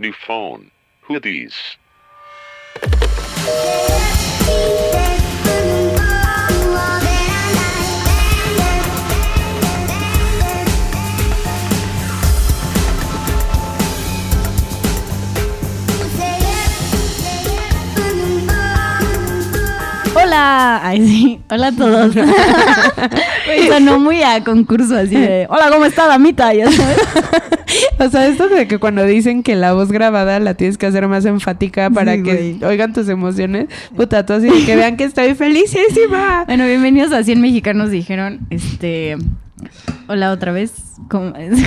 New phone. Who these? Hola, ay sí, hola a todos. Oye, Sonó muy a concurso así de, Eh, hola, ¿cómo está damita? Ya sabes. O sea, esto de que cuando dicen que la voz grabada la tienes que hacer más enfática para Sí, que güey. oigan tus emociones, puta, tú así de que vean que estoy felicísima. Bueno, bienvenidos a 100 mexicanos dijeron, este, hola otra vez. ¿Cómo es?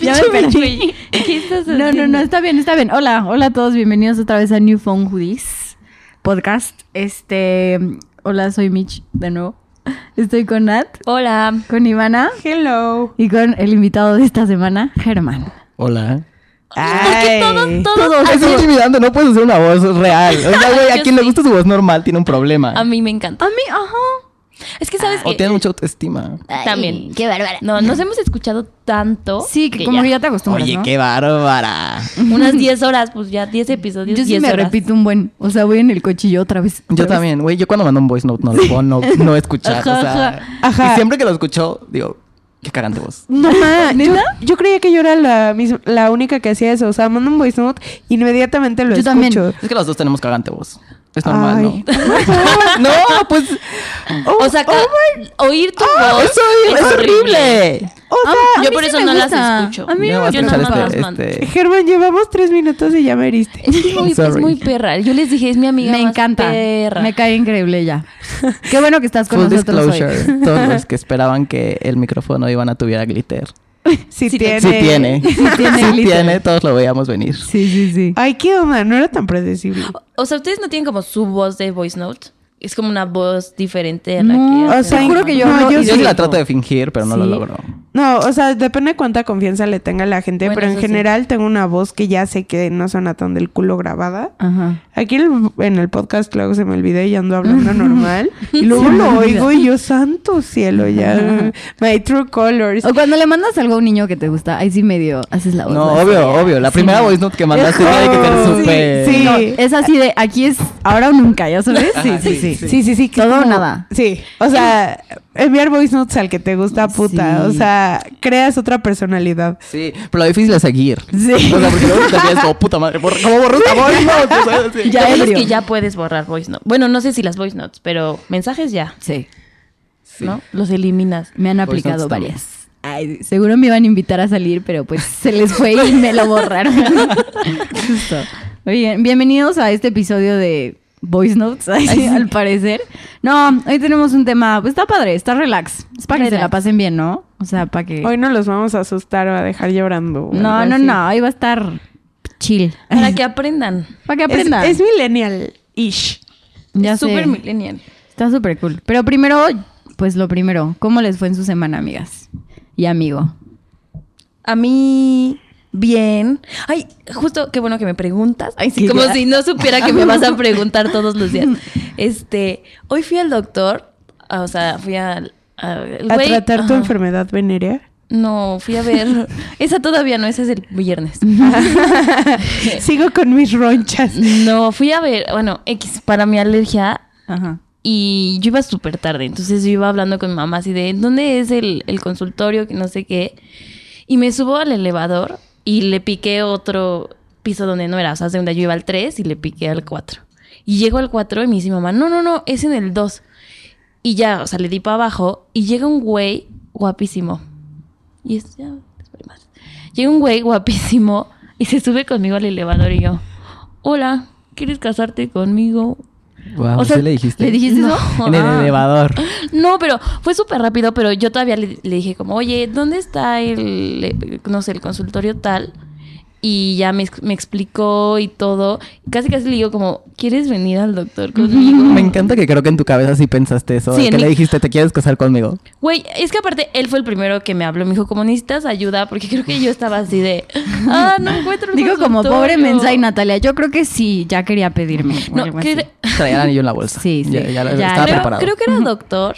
ya me perdí. ¿Qué estás No, no, no, está bien, está bien. Hola, hola a todos, bienvenidos otra vez a New Phone Hoodies podcast. Este, hola, soy Mitch de nuevo. Estoy con Nat, Hola. con Ivana Hello. y con el invitado de esta semana, Germán. Hola. Ay. Porque todos, todos, Es intimidante, no puedes hacer una voz real. O sea, güey, a Yo quien le sí. gusta su voz normal tiene un a problema. mí me encanta. mí, ajá. Es que Ah, sabes O que tiene mucha autoestima. también. Qué bárbara. No, nos hemos escuchado tanto. Sí, que como que ya te acostumbras, Oye, ¿no? qué bárbara. unas 10 horas, pues ya 10 episodios, Yo sí 10 me horas. repito un buen. O sea, voy en el cochillo otra vez. otra Yo vez. también, güey, yo cuando mando un voice note no lo puedo no, no escuchar. Ajá, o sea, ajá. Ajá. Y siempre que lo escucho, digo, qué cagante voz. No, ma, yo, ¿Neta? yo creía que yo era la, misma- la única que hacía eso. O sea, mando un voice note, inmediatamente lo Yo escucho. también. Es que los dos tenemos cagante voz. Es normal, Ay. ¿no? no, pues. Oh, Oh, o Oh, sea, ca- oír tu ¡Ah! voz eso es, horrible. O A- sea, a yo mí por sí eso me no las gusta. escucho. A mí no me Yo voy a gusta. escuchar Yo no me este- las mando. este- Germán, llevamos tres minutos y ya me heriste. Es muy, es Sorry. muy perra. Yo les dije, es mi amiga Me más encanta. perra. Me cae increíble ya. Qué bueno que estás con Full nosotros disclosure. hoy. Todos los que esperaban que el micrófono de Ivana tuviera glitter. Si Sí, tiene. Sí tiene. Sí tiene Sí glitter. tiene, todos lo veíamos venir. Sí, sí, sí. Ay, qué onda, no era tan predecible. O sea, ustedes no tienen como su voz de voice note. Es como una voz diferente a la No, que o hace sea, la juro mamá. que yo no, no- yo Yo sí. sí la trato de fingir, pero no lo Sí. logro. No, o sea, depende de cuánta confianza le tenga la gente, Bueno, pero en eso sí. general tengo una voz que ya sé que no suena tan del culo grabada. Ajá. Aquí el- en el podcast luego se me olvidó y ando hablando normal. Y luego Se me lo olvida. oigo y yo, santo cielo, ya. My true colors. O cuando le mandas algo a un niño que te gusta, ahí sí medio haces la voz. No, así. obvio, obvio. La primera voice note que mandaste Ajá. tiene que ser Sí, súper. sí. No, es así de aquí es ahora o nunca, ¿ya sabes? Ajá, Sí, sí, sí. sí, Sí, sí, sí. que Todo es o nada. Sí. O sea, enviar voice notes al que te gusta, puta. Sí. O sea, creas otra personalidad. Sí, pero lo difícil es seguir. Sí. O sea, porque luego te quedas como puta madre. ¿por- ¿Cómo borró esta voice note? O sea, sí. Ya Lo bueno es ebrio. que ya puedes borrar voice note. Bueno, no sé si las voice notes, pero mensajes ya, Sí. ¿no? Los eliminas. Me han Voice aplicado notes también. varias. Ay, seguro me iban a invitar a salir, pero pues se les fue y me lo borraron. Justo. Muy bien, bienvenidos a este episodio de Voice Notes, ay, sí, al parecer. No, hoy tenemos un tema, pues está padre, está relax. Es para que se la Relax. pasen bien, ¿no? O sea, para que... Hoy no los vamos a asustar o a dejar llorando. o no, algo no, así. no, hoy va a estar chill. Para que aprendan. Para que Es- aprendan. Es, millennial-ish. ya es súper sé. millennial. Está súper cool. Pero primero, pues lo primero, ¿cómo les fue en su semana, amigas? Y amigo. A mí, bien. Ay, justo, qué bueno que me preguntas. Ay, sí, Que como ya- si no supiera que me vas a preguntar todos los días. Este, hoy fui al doctor, ah, o sea, fui al... a- el A güey- tratar tu ajá. enfermedad venerea. No, fui a ver. Esa todavía no, esa es el viernes. Sigo con mis ronchas. No, fui a ver, bueno, X, para mi alergia Ajá. Y yo iba súper tarde, entonces yo iba hablando con mi mamá así de, ¿dónde es el, el consultorio? Que no sé qué. Y me subo al elevador y le piqué otro piso donde no era. O sea, segunda yo iba al 3 y le piqué al 4. Y llego al 4 y me dice mi mamá, no, no, no, es en el 2. Y ya, o sea, le di para abajo y llega un güey guapísimo. Y es, ya, espere más. Llega un güey guapísimo y se sube conmigo al elevador y yo, hola, ¿quieres casarte conmigo? Wow, O sea, ¿sí le dijiste? Ah, ¿Le dijiste No. eso? En el Ah. elevador. No, pero fue súper rápido, pero yo todavía le, le dije como, oye, ¿dónde está el, eh, no sé, el consultorio tal? Y ya me, ex- me explicó y todo. Casi casi le digo como, ¿quieres venir al doctor conmigo? Me encanta que creo que en tu cabeza sí pensaste eso. Sí, de en que mi- le dijiste, ¿te quieres casar conmigo? Güey, es que aparte él fue el primero que me habló. Me dijo, como necesitas ayuda, porque creo que yo estaba así de, ah, no encuentro el Digo como consultorio". pobre Mensa y Natalia, yo creo que sí, ya quería pedirme. o No, algo cre- así. Ah, Traía el anillo en la bolsa. Sí, sí. Ya, ya lo- Ya, estaba creo, preparado. creo que era doctor.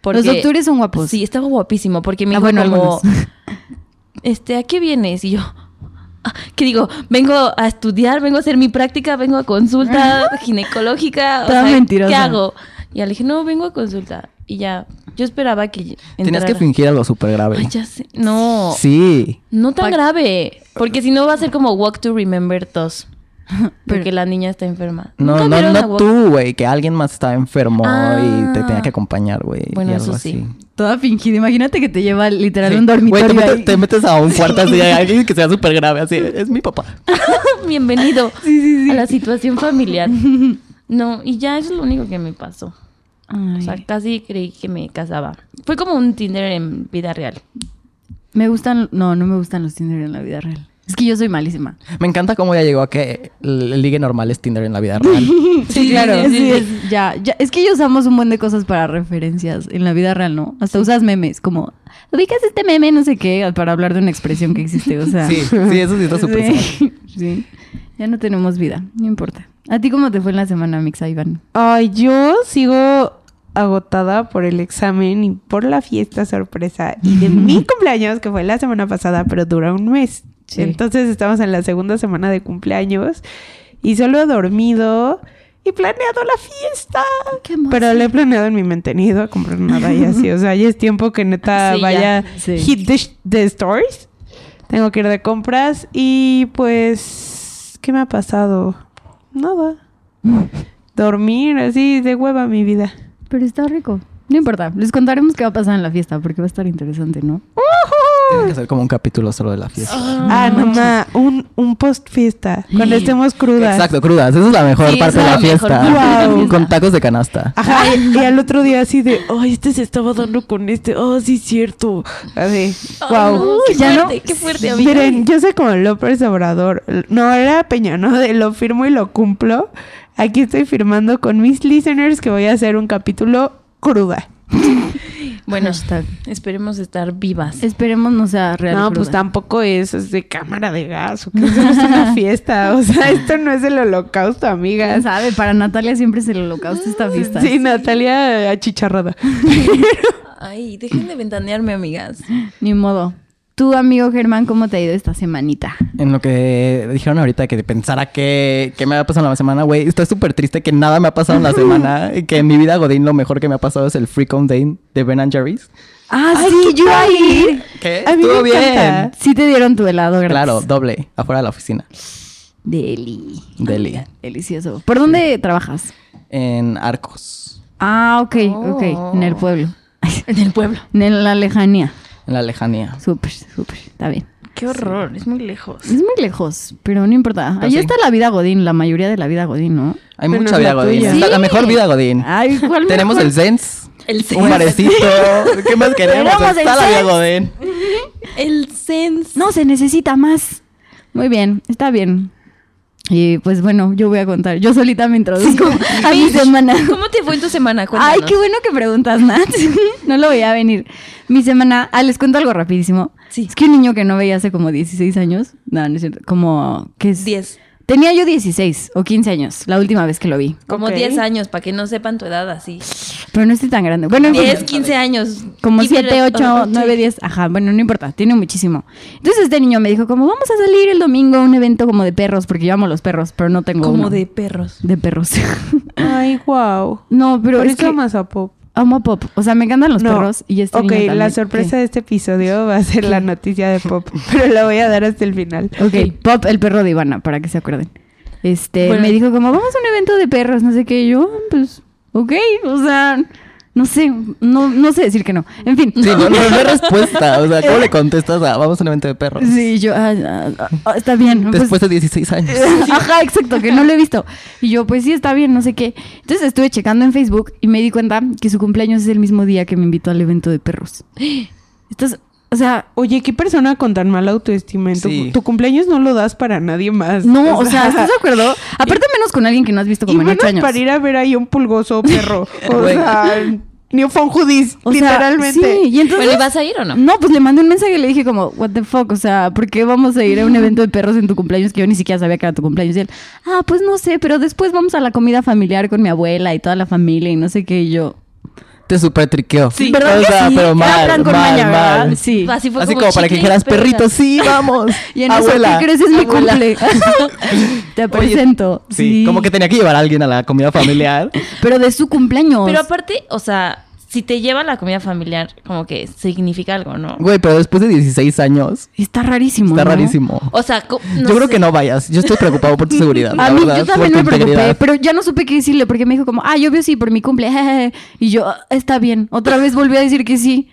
porque- Los doctores son guapos. Sí, estaba guapísimo, porque me Ah, dijo bueno, como... algunos. este, ¿a qué vienes? Y yo, ah, ¿Qué digo? Vengo a estudiar, vengo a hacer mi práctica, vengo a consulta ginecológica. o Toda sea, ¿Qué mentirosa. hago? Y ya le dije, no, vengo a consulta. Y ya, yo esperaba que. Tenías que entrara. fingir algo súper grave. Ay, ya sé. No. Sí. No tan Pa- grave. Porque si no va a ser como Walk to Remember Tos. Porque la niña está enferma. No, ¿Nunca no, vieron a no Walk- tú, güey, que alguien más estaba enfermo y te Ah. tenía que acompañar, güey. y Bueno, eso algo sí. así. Toda fingida. Imagínate que te lleva literal Sí. un dormitorio Güey, te, metes- ahí. te metes a un cuarto así, hay alguien que sea súper grave, así, es mi papá. Bienvenido a la situación familiar. No, y ya eso es lo único que me pasó. Ay. O sea, casi creí que me casaba. Fue como un Tinder en vida real. Me gustan... No, no me gustan los Tinder en la vida real. Es que yo soy malísima. Me encanta cómo ya llegó a que el ligue normal es Tinder en la vida real. Sí, claro. Sí, es, ya, ya. Es que ya usamos un buen de cosas para referencias en la vida real, ¿no? Hasta usas memes, como, ubicas este meme, no sé qué, para hablar de una expresión que existe, o sea. Sí, sí, eso sí está súper sí, sí. Ya no tenemos vida, no importa. ¿A ti cómo te fue en la semana, Mixa Iván? Ay, yo sigo agotada por el examen y por la fiesta sorpresa y de mi cumpleaños que fue la semana pasada, pero dura un mes. Sí. Entonces estamos en la segunda semana de cumpleaños y solo he dormido y planeado la fiesta. Qué emoción. pero lo he planeado en mi mente, ni he ido a comprar nada y así. O sea, ya es tiempo que neta Sí, ya. vaya Sí. hit the, sh- the stores. Tengo que ir de compras y pues, ¿qué me ha pasado? Nada. Dormir así de hueva mi vida. Pero está rico. No importa, les contaremos qué va a pasar en la fiesta, porque va a estar interesante, ¿no? Tiene que ser como un capítulo solo de la fiesta. Ah, no, ma, un, un post fiesta, cuando estemos crudas. Exacto, crudas. Esa es la mejor Sí, esa parte de la es la mejor fiesta. parte de la Con- fiesta. Con tacos de canasta. Ajá, y, y al otro día así de, oh, este se estaba dando con este, oh, sí, cierto. Así, wow. no, qué ya no- fuerte, qué fuerte, amiga. Miren, yo soy como López Obrador. No era Peña, ¿no? De lo firmo y lo cumplo. Aquí estoy firmando con mis listeners que voy a hacer un capítulo cruda. Bueno, Hashtag. esperemos estar vivas. Esperemos no sea real. no, cruda. pues tampoco es, es de cámara de gas. O que eso no es una fiesta. O sea, esto no es el holocausto, ¿Quién amigas. sabe? Para Natalia siempre es el holocausto esta fiesta. Sí, Natalia achicharrada. Ay, dejen de ventanearme, amigas. Ni modo. Tú, amigo Germán, ¿cómo te ha ido esta semanita? En lo que dijeron ahorita que pensara que, que me había pasado en la semana, güey. Estoy súper triste que nada me ha pasado en la semana. y que en mi vida, Godín, lo mejor que me ha pasado es el Free Con Day de Ben and Jerry's. Ah, Ay, sí, qué yo padre. ahí. ¿Qué? A mí Estuvo me bien. encanta. Sí te dieron tu helado, gratis. Claro, doble, afuera de la oficina. Deli. Deli. Ah, Delicioso. ¿Por dónde trabajas? En Arcos, Ah, ok, Oh. ok. En el pueblo. En el pueblo. En la lejanía. en la lejanía. Súper, súper. Está bien. Qué horror, es muy lejos. Es muy lejos, pero no importa. Pero Allí sí. está la vida Godín, la mayoría de la vida Godín, ¿no? Hay Menos mucha vida, la Godín. tuya. Es La, la Sí. mejor vida, Godín. Ay, ¿cuál Tenemos Ah, mejor? el Zens. El Un barecito. ¿Qué más queremos? Tenemos el Está la vida, Zens. Godín. El sense. No, se necesita más. Muy bien, está bien. Y pues bueno, yo voy a contar. Yo solita me introduzco a mi semana. ¿Cómo te fue en tu semana? Ay, qué bueno que preguntas, Nat. no lo veía venir. Mi semana. Ah, les cuento algo rapidísimo. Sí. Es que un niño que no veía hace como 16 años. No, no es cierto. Como. ¿Qué es? 10. Tenía yo 16 o 15 años la última vez que lo vi. Como Ok. 10 años, para que no sepan tu edad así. Pero no estoy tan grande. Bueno, en fin. 10, 15 años. Como Y 7, pero- 8, oh, 9, sí. 10. Ajá, bueno, no importa, tiene muchísimo. Entonces este niño me dijo como, vamos a salir el domingo a un evento como de perros, porque yo amo los perros, pero no tengo Como uno. de perros. De perros. Ay, wow. no, pero Por es eso que más a pop. amo a Pop. O sea, me encantan los No. perros y este Ok, niño también. la sorpresa ¿Qué? de este episodio va a ser la noticia de Pop, pero la voy a dar hasta el final. Ok, Pop, el perro de Ivana, para que se acuerden. Este, Bueno. me dijo como, vamos a un evento de perros, no sé qué. Y yo, pues, ok, o sea, no sé, no, no sé decir que no. En fin. Sí, no, no, no hay respuesta. O sea, ¿cómo le contestas a vamos a un evento de perros? Sí, yo, ah, ah, ah, ah, está bien. pues- Después de 16 años. Ajá, exacto, que no lo he visto. Y yo, pues sí, está bien, no sé qué. Entonces estuve checando en Facebook y me di cuenta que su cumpleaños es el mismo día que me invitó al evento de perros. Estás, o sea, Oye, ¿qué persona con tan mala autoestima? En tu, Sí. tu cumpleaños no lo das para nadie más. no, o sea, ¿estás de acuerdo? Aparte menos con alguien que no has visto Y como en ocho menos años. para ir a ver ahí un pulgoso perro. o Güey. sea, Newfound Hoodies, O sea, literalmente. sí, y entonces... Bueno, ¿y vas a ir o no? No, pues le mandé un mensaje y le dije como, what the fuck, o sea, ¿por qué vamos a ir a un evento de perros en tu cumpleaños que yo ni siquiera sabía que era tu cumpleaños? Y él, ah, pues no sé, pero después vamos a la comida familiar con mi abuela y toda la familia y no sé qué, y yo... te super triqueó. Sí. ¿Verdad O que sea, sí? pero Era mal, plan con mal, maña, ¿verdad? mal. Sí. Así fue Así como, como para que chicle y dijeras, peda. perrito, sí, vamos. Y en abuela. eso, ¿qué crees? Es mi Abuela. cumple. Te presento. Sí, como que tenía que llevar a alguien a la comida familiar. Pero de su cumpleaños. Pero aparte, o sea, si te lleva la comida familiar, como que significa algo, ¿no? Güey, pero después de 16 años, Está rarísimo, está ¿no? rarísimo. O sea, co- yo creo sé. que no vayas. Yo estoy preocupado por tu seguridad. la A mí, verdad, yo por también tu me preocupé, integridad. pero ya no supe qué decirle porque me dijo como, ah, yo veo sí por mi cumple, jejeje". y yo, "Ah, está bien. Otra vez volví a decir que sí.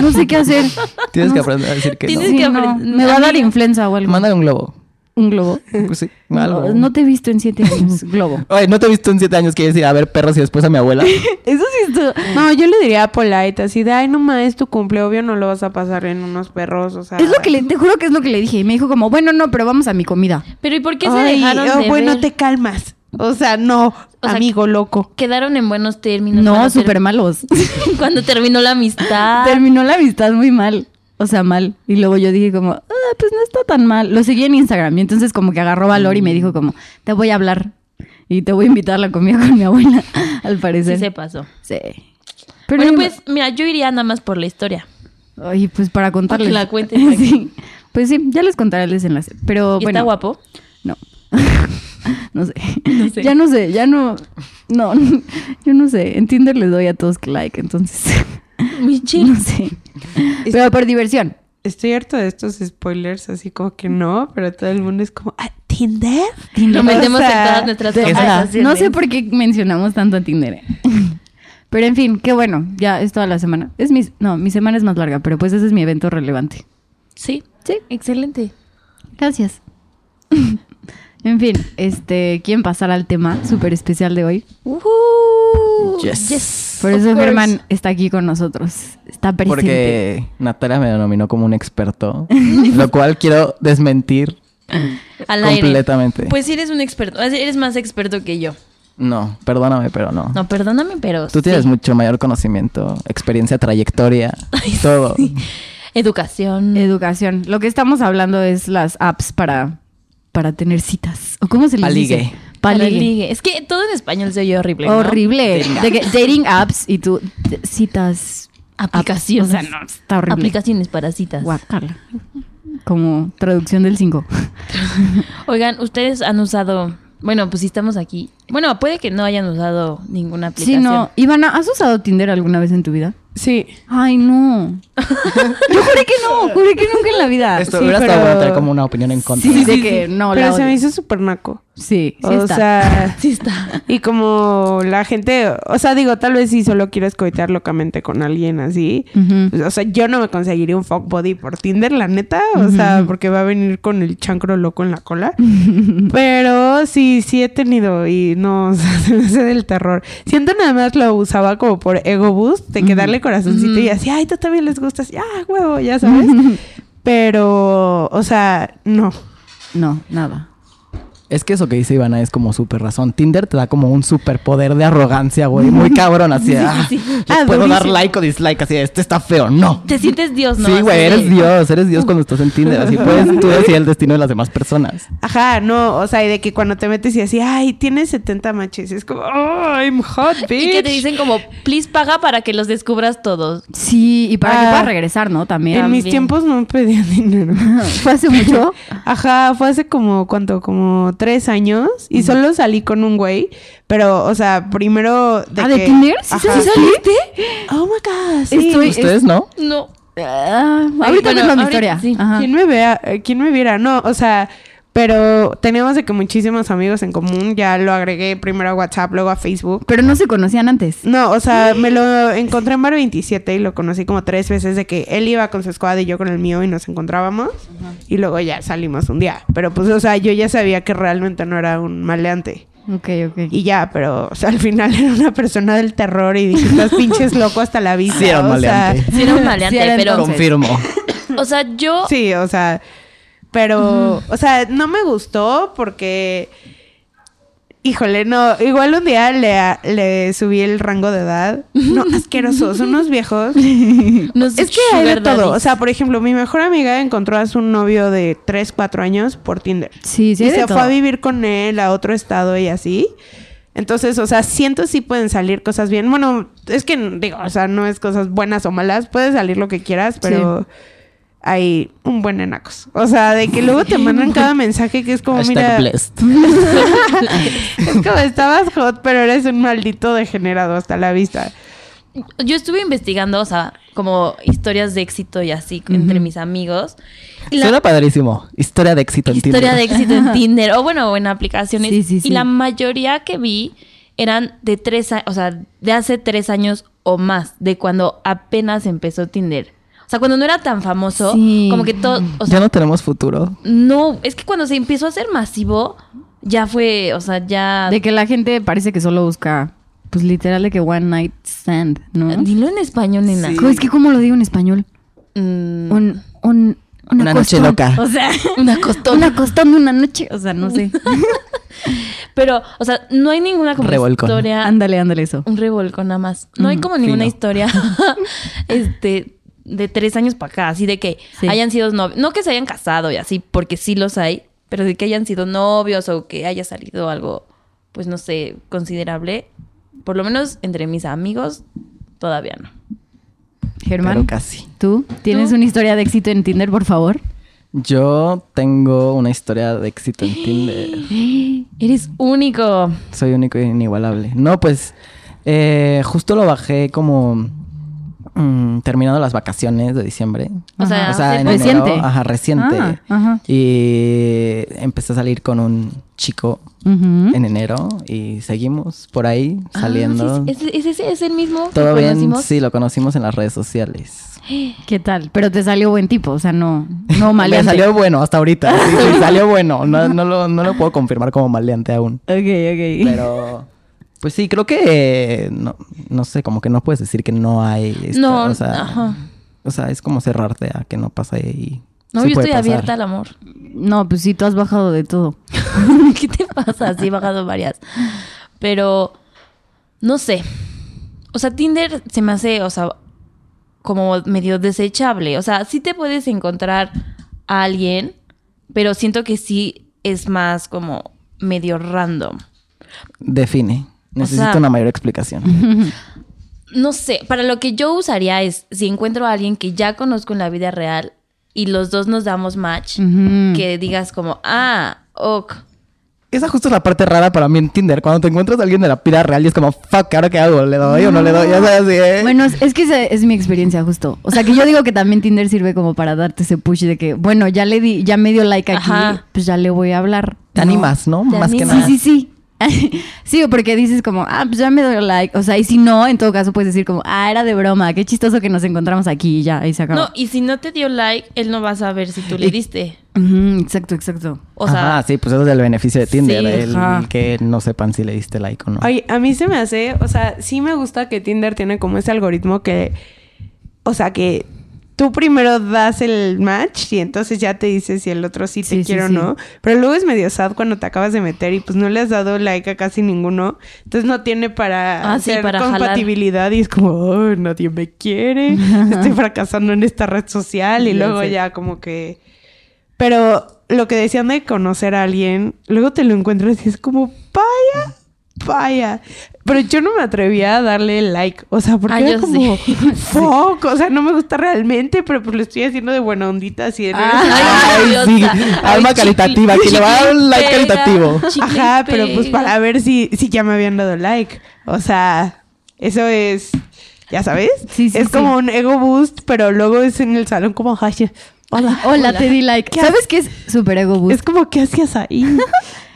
No sé qué hacer. Tienes que No sé. aprender a decir que Tienes no. Sí, que no, aprender. Me va a dar Amiga. influenza o algo. Mándale un globo. Pues un globo. Sí, algo. No, no te he visto en siete años. globo. Oye, ¿no te he visto en 7 años que decir a ver perros y después a mi abuela? Eso sí está. No, yo le diría a Polite así de, ay, no ma, es tu cumple, obvio no lo vas a pasar en unos perros, o sea. Es lo que le, te juro que es lo que le dije. Y me dijo como, bueno, no, pero vamos a mi comida. Pero ¿y por qué se Ay, dejaron oh, de bueno, ver? te calmas. O sea, no, sea, amigo loco. Quedaron en buenos términos. No, cuando ter- súper malos. Cuando terminó la amistad. Terminó la amistad muy mal. O sea, mal. Y luego yo dije como, ah, pues no está tan mal. Lo seguí en Instagram. Y entonces como que agarró valor y Mm. me dijo como, te voy a hablar. Y te voy a invitar a la comida con mi abuela, al sí parecer. se pasó. Sí. Pero Pero yo me- pues, mira, yo iría nada más por la historia. Oye, pues para contarles. la cuente, para que- sí. Pues sí, ya les contaré el desenlace. Pero ¿Y Oh, bueno. está guapo? No. no sé. No sé. Ya no sé, ya no. No, yo no sé. En Tinder les doy a todos que like, entonces. Michi. no sé. Pero por diversión. Estoy harto de estos spoilers, así como que no, pero todo el mundo es como, "Ah, ¿Tinder? Lo metemos O sea, en todas nuestras de- Ah, conversaciones. no sé por qué mencionamos tanto a Tinder. ¿eh? Pero en fin, qué bueno. Ya es toda la semana. Es mi, no, mi semana es más larga, pero pues ese es mi evento relevante. Sí, Sí, excelente. gracias. en fin, este, ¿quién pasará al tema súper especial de hoy? Ujú. Yes. Por of eso course. Germán está aquí con nosotros. Está presente. Porque Natalia me denominó como un experto, lo cual quiero desmentir Al aire. completamente. Pues sí eres un experto. Eres más experto que yo. No, perdóname, pero no. No, perdóname, pero. Tú tienes sí. mucho mayor conocimiento, experiencia, trayectoria, todo. Educación. Educación. Lo que estamos hablando es las apps para, para tener citas. ¿O cómo se les Paligue. dice? Para Paligue. el ligue. Es que todo en español se oye horrible. ¿no? Horrible. Dating De que dating apps y tú de- citas. Aplicaciones. O sea, no, está horrible. Aplicaciones para citas. Guacala. Como traducción del 5. Oigan, ustedes han usado. Bueno, pues si estamos aquí. Bueno, puede que no hayan usado ninguna Sí, aplicación. no. Ivana, ¿has usado Tinder alguna vez en tu vida? Sí. Ay, no. Yo juré que no, juré que nunca en la vida. Esto Sí, hubiera pero- estado bueno tener como una opinión en contra. Sí, de que no, Pero la se me odio. hizo súper naco. Sí, sí o está. sea, Sí está. y como la gente, o sea, digo, tal vez si solo quieres coitear locamente con alguien así, Ujú. pues, o sea, yo no me conseguiría un fuck body por Tinder, la neta, o sea, porque va a venir con el chancro loco en la cola. Pero sí, sí he tenido y no, o sea, se me hace del terror. Siento nada más lo usaba como por ego boost, de que darle corazoncito y así, ay, tú también les gustas, ya, huevo, ya sabes. Pero, o sea, no. No, nada. Es que eso que dice Ivana es como súper razón. Tinder te da como un súper poder de arrogancia, güey. Muy cabrón, así. ah, yo Ah, puedo dar durísimo. like o dislike, así. Este está feo, no. Te sientes Dios, ¿no? sí, Así de- güey, eres Dios, eres Dios cuando estás en Tinder. Así puedes tú decidir el destino de las demás personas. Ajá, no, o sea, y de que cuando te metes y así, ay, tienes 70 matches, es como, oh, I'm hot, bitch. Y que te dicen como, please paga para que los descubras todos. Sí, y para que Ah. puedas regresar, ¿no? En También. mis También. tiempos no pedían dinero. ¿Fue hace mucho? Ajá, fue hace como, ¿cuánto? Como tres años y solo salí con un güey, pero, o sea, primero de ¿Ah, de que- Tinder? ¿Sí, Ajá. sí saliste? Oh my God, sí. Estoy- Es- ¿Ustedes no? No. Ah, Ay, ahorita bueno, cuento mi ahorita historia. sí. Ajá. ¿Quién me vea? eh, ¿Quién me viera? No, o sea, pero teníamos de que muchísimos amigos en común, ya lo agregué primero a WhatsApp, luego a Facebook. Pero no se conocían antes. No, o sea, me lo encontré en Bar 27 y lo conocí como tres veces de que él iba con su squad y yo con el mío y nos encontrábamos y luego ya salimos un día. Pero pues, o sea, yo ya sabía que realmente no era un maleante. Ok, ok. Y ya, pero, o sea, al final era una persona del terror y dije, estás pinches loco hasta la vista. Sí, era un o sea, maleante. Sí, era un maleante, Sí, era pero. entonces. Confirmo. O sea, yo. Sí, o sea, pero, o sea, no me gustó porque, híjole, no, igual un día le, a- le subí el rango de edad. No, asquerosos, unos viejos. no sé, Es que hay de sugar daddy. todo. O sea, por ejemplo, mi mejor amiga encontró a su novio de 3, 4 años por Tinder. Sí, sí, y hay de se todo. fue a vivir con él a otro estado y así. Entonces, o sea, siento sí pueden salir cosas bien. Bueno, es que digo, o sea, no es cosas buenas o malas, puede salir lo que quieras, pero hay un buen enacos. O sea, de que luego te mandan cada mensaje que es como, Hashtag mira, blessed. es como estabas hot, pero eres un maldito degenerado hasta la vista. Yo estuve investigando, o sea, como historias de éxito y así entre mis amigos. Y la Suena padrísimo. Historia de éxito en historia Tinder. de éxito en Tinder o bueno, en aplicaciones. Sí, sí, sí. Y la mayoría que vi eran de tres, a- o sea, de hace tres años o más, de cuando apenas empezó Tinder. O sea, cuando no era tan famoso, Sí. como que todo, o sea, ya no tenemos futuro. No, es que cuando se empezó a hacer masivo, ya fue, o sea, ya... De que la gente parece que solo busca, pues literal, de que one night stand, ¿no? Dilo en español, nena. Sí. Es que, Eh, ¿cómo lo digo en español? Mm, Un, un, una, Una noche costón. loca. O sea, Una costón. Una costón de una noche. O sea, no sé. Pero, o sea, no hay ninguna como Revolcón. historia... ándale, ándale eso. Un revolcón nada más. No hay Mm, como ninguna fino. historia este, de tres años para acá, así de que Sí. hayan sido novios. No que se hayan casado y así, porque sí los hay, pero de que hayan sido novios o que haya salido algo, pues no sé, considerable. Por lo menos entre mis amigos, todavía no. Germán, Pero casi. ¿tú tienes ¿Tú? una historia de éxito en Tinder, por favor? Yo tengo una historia de éxito en Tinder. Eres único. Soy único e inigualable. No, pues eh, justo lo bajé como mm, terminando las vacaciones de diciembre. O sea, o sea, en hace- enero, Reciente. ajá, reciente. Ah, ajá. Y empecé a salir con un chico Ujú. en enero y seguimos por ahí ¿Mm? Ah, saliendo. sí, ¿Es, es, es- es el mismo que Todo bien, conocimos? sí, lo conocimos en las redes sociales. ¿Qué tal? Pero te salió buen tipo, o sea, no, no Me maleante. salió bueno hasta ahorita. Sí, sí, salió bueno. No, no lo, no lo puedo confirmar como maleante aún. Ok, ok. Pero, pues sí, creo que, eh, no, no sé, como que no puedes decir que no hay... esta- No, o sea, ajá. o sea, es como cerrarte a que no pasa ahí. No, Sí yo puede estoy pasar. abierta al amor. No, pues sí, tú has bajado de todo. ¿Qué te pasa? Sí, he bajado varias. Pero, no sé. O sea, Tinder se me hace, o sea, como medio desechable. O sea, sí te puedes encontrar a alguien, pero siento que sí es más como medio random. Define. Necesito sea- una mayor explicación. No sé, para lo que yo usaría es si encuentro a alguien que ya conozco en la vida real y los dos nos damos match, Ujú. que digas como, ah, ok. Esa justo es la parte rara para mí en Tinder. Cuando te encuentras a alguien de la vida real y es como, fuck, ¿ahora qué hago? ¿Le doy o no le doy? Ya sabes, sí, ¿eh? Bueno, es, es que esa es mi experiencia justo. O sea, que yo digo que también Tinder sirve como para darte ese push de que, bueno, ya le di, ya me dio like aquí, Ajá. pues ya le voy a hablar. Te ¿no? animas, ¿no? Te Más que animas. nada. Sí, sí, sí. sí, porque dices como, ah, pues ya me dio like. O sea, y si no, en todo caso puedes decir como, ah, era de broma, qué chistoso que nos encontramos aquí y ya, ahí se acabó. No, y si no te dio like, él no va a saber si tú le Y- diste. Ujú, exacto, exacto. O sea, Ajá, sí, pues eso es el beneficio de Tinder. Sí, el ajá. que no sepan si le diste like o no. Oye, a mí se me hace, o sea, sí me gusta que Tinder tiene como ese algoritmo que, o sea, que tú primero das el match y entonces ya te dice si el otro sí te Sí, sí, quiere sí. o no. Pero luego es medio sad cuando te acabas de meter y pues no le has dado like a casi ninguno. Entonces no tiene para Ah, sí, hacer para jalar. compatibilidad y es como, "Oh, nadie me quiere, estoy fracasando en esta red social y Ya luego sé. ya como que... Pero lo que decían de conocer a alguien, luego te lo encuentras y es como, vaya, vaya. Pero yo no me atrevía a darle like. O sea, porque Ah, era yo como, sí. fuck. O sea, no me gusta realmente, pero pues lo estoy haciendo de buena ondita. Así de Ah, Ay, Ay, sí. idiota. Alma Ay, caritativa. Aquí le va a dar un like chicle y pega. caritativo. Chicle y Ajá, pero pues pega. para ver si, si ya me habían dado like. O sea, eso es, ya sabes, Sí, sí, es sí. como un ego boost, pero luego es en el salón como, "Ay, hola. Hola, te di like. ¿Qué ¿Sabes qué es super ego boost? Es como, ¿qué hacías ahí?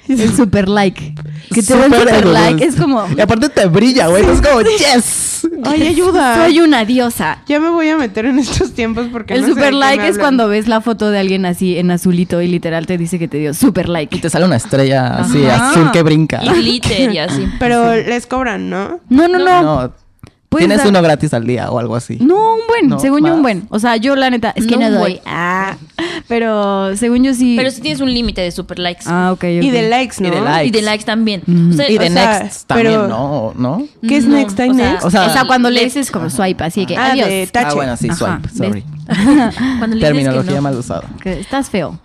El super like. Que te Súper den super ego like. boost. Es como, Y aparte te brilla, güey. Es como, yes. Ay, ayuda. soy una diosa. Ya me voy a meter en estos tiempos porque El no sé de super qué like me es hablan. cuando ves la foto de alguien así en azulito y literal te dice que te dio super Y like. te sale una estrella así Ajá. azul que brinca. Y glitter y así. Pero les cobran, ¿no? No, no, no. No, Puedes tienes dar- uno gratis al día o algo así. No, un buen, No, según yo un más. buen. O sea, yo la neta, es que No, no, un buen. doy. Ah, pero según yo sí. Pero si tienes un límite de super likes. Ah, ok, ok. Y de likes, ¿no? Y de likes. Y de likes también. Mm. O sea, Y de o sea, Next también, pero- ¿no? ¿No? ¿Qué es Next? ¿Hay o sea, Next? O sea- o sea, cuando le left. dices como swipe, así que Ah, adiós. de tache. Ah, bueno, sí, Ajá, swipe. ¿ves? Sorry. Cuando le dices que Terminología no. mal usada. Que estás feo.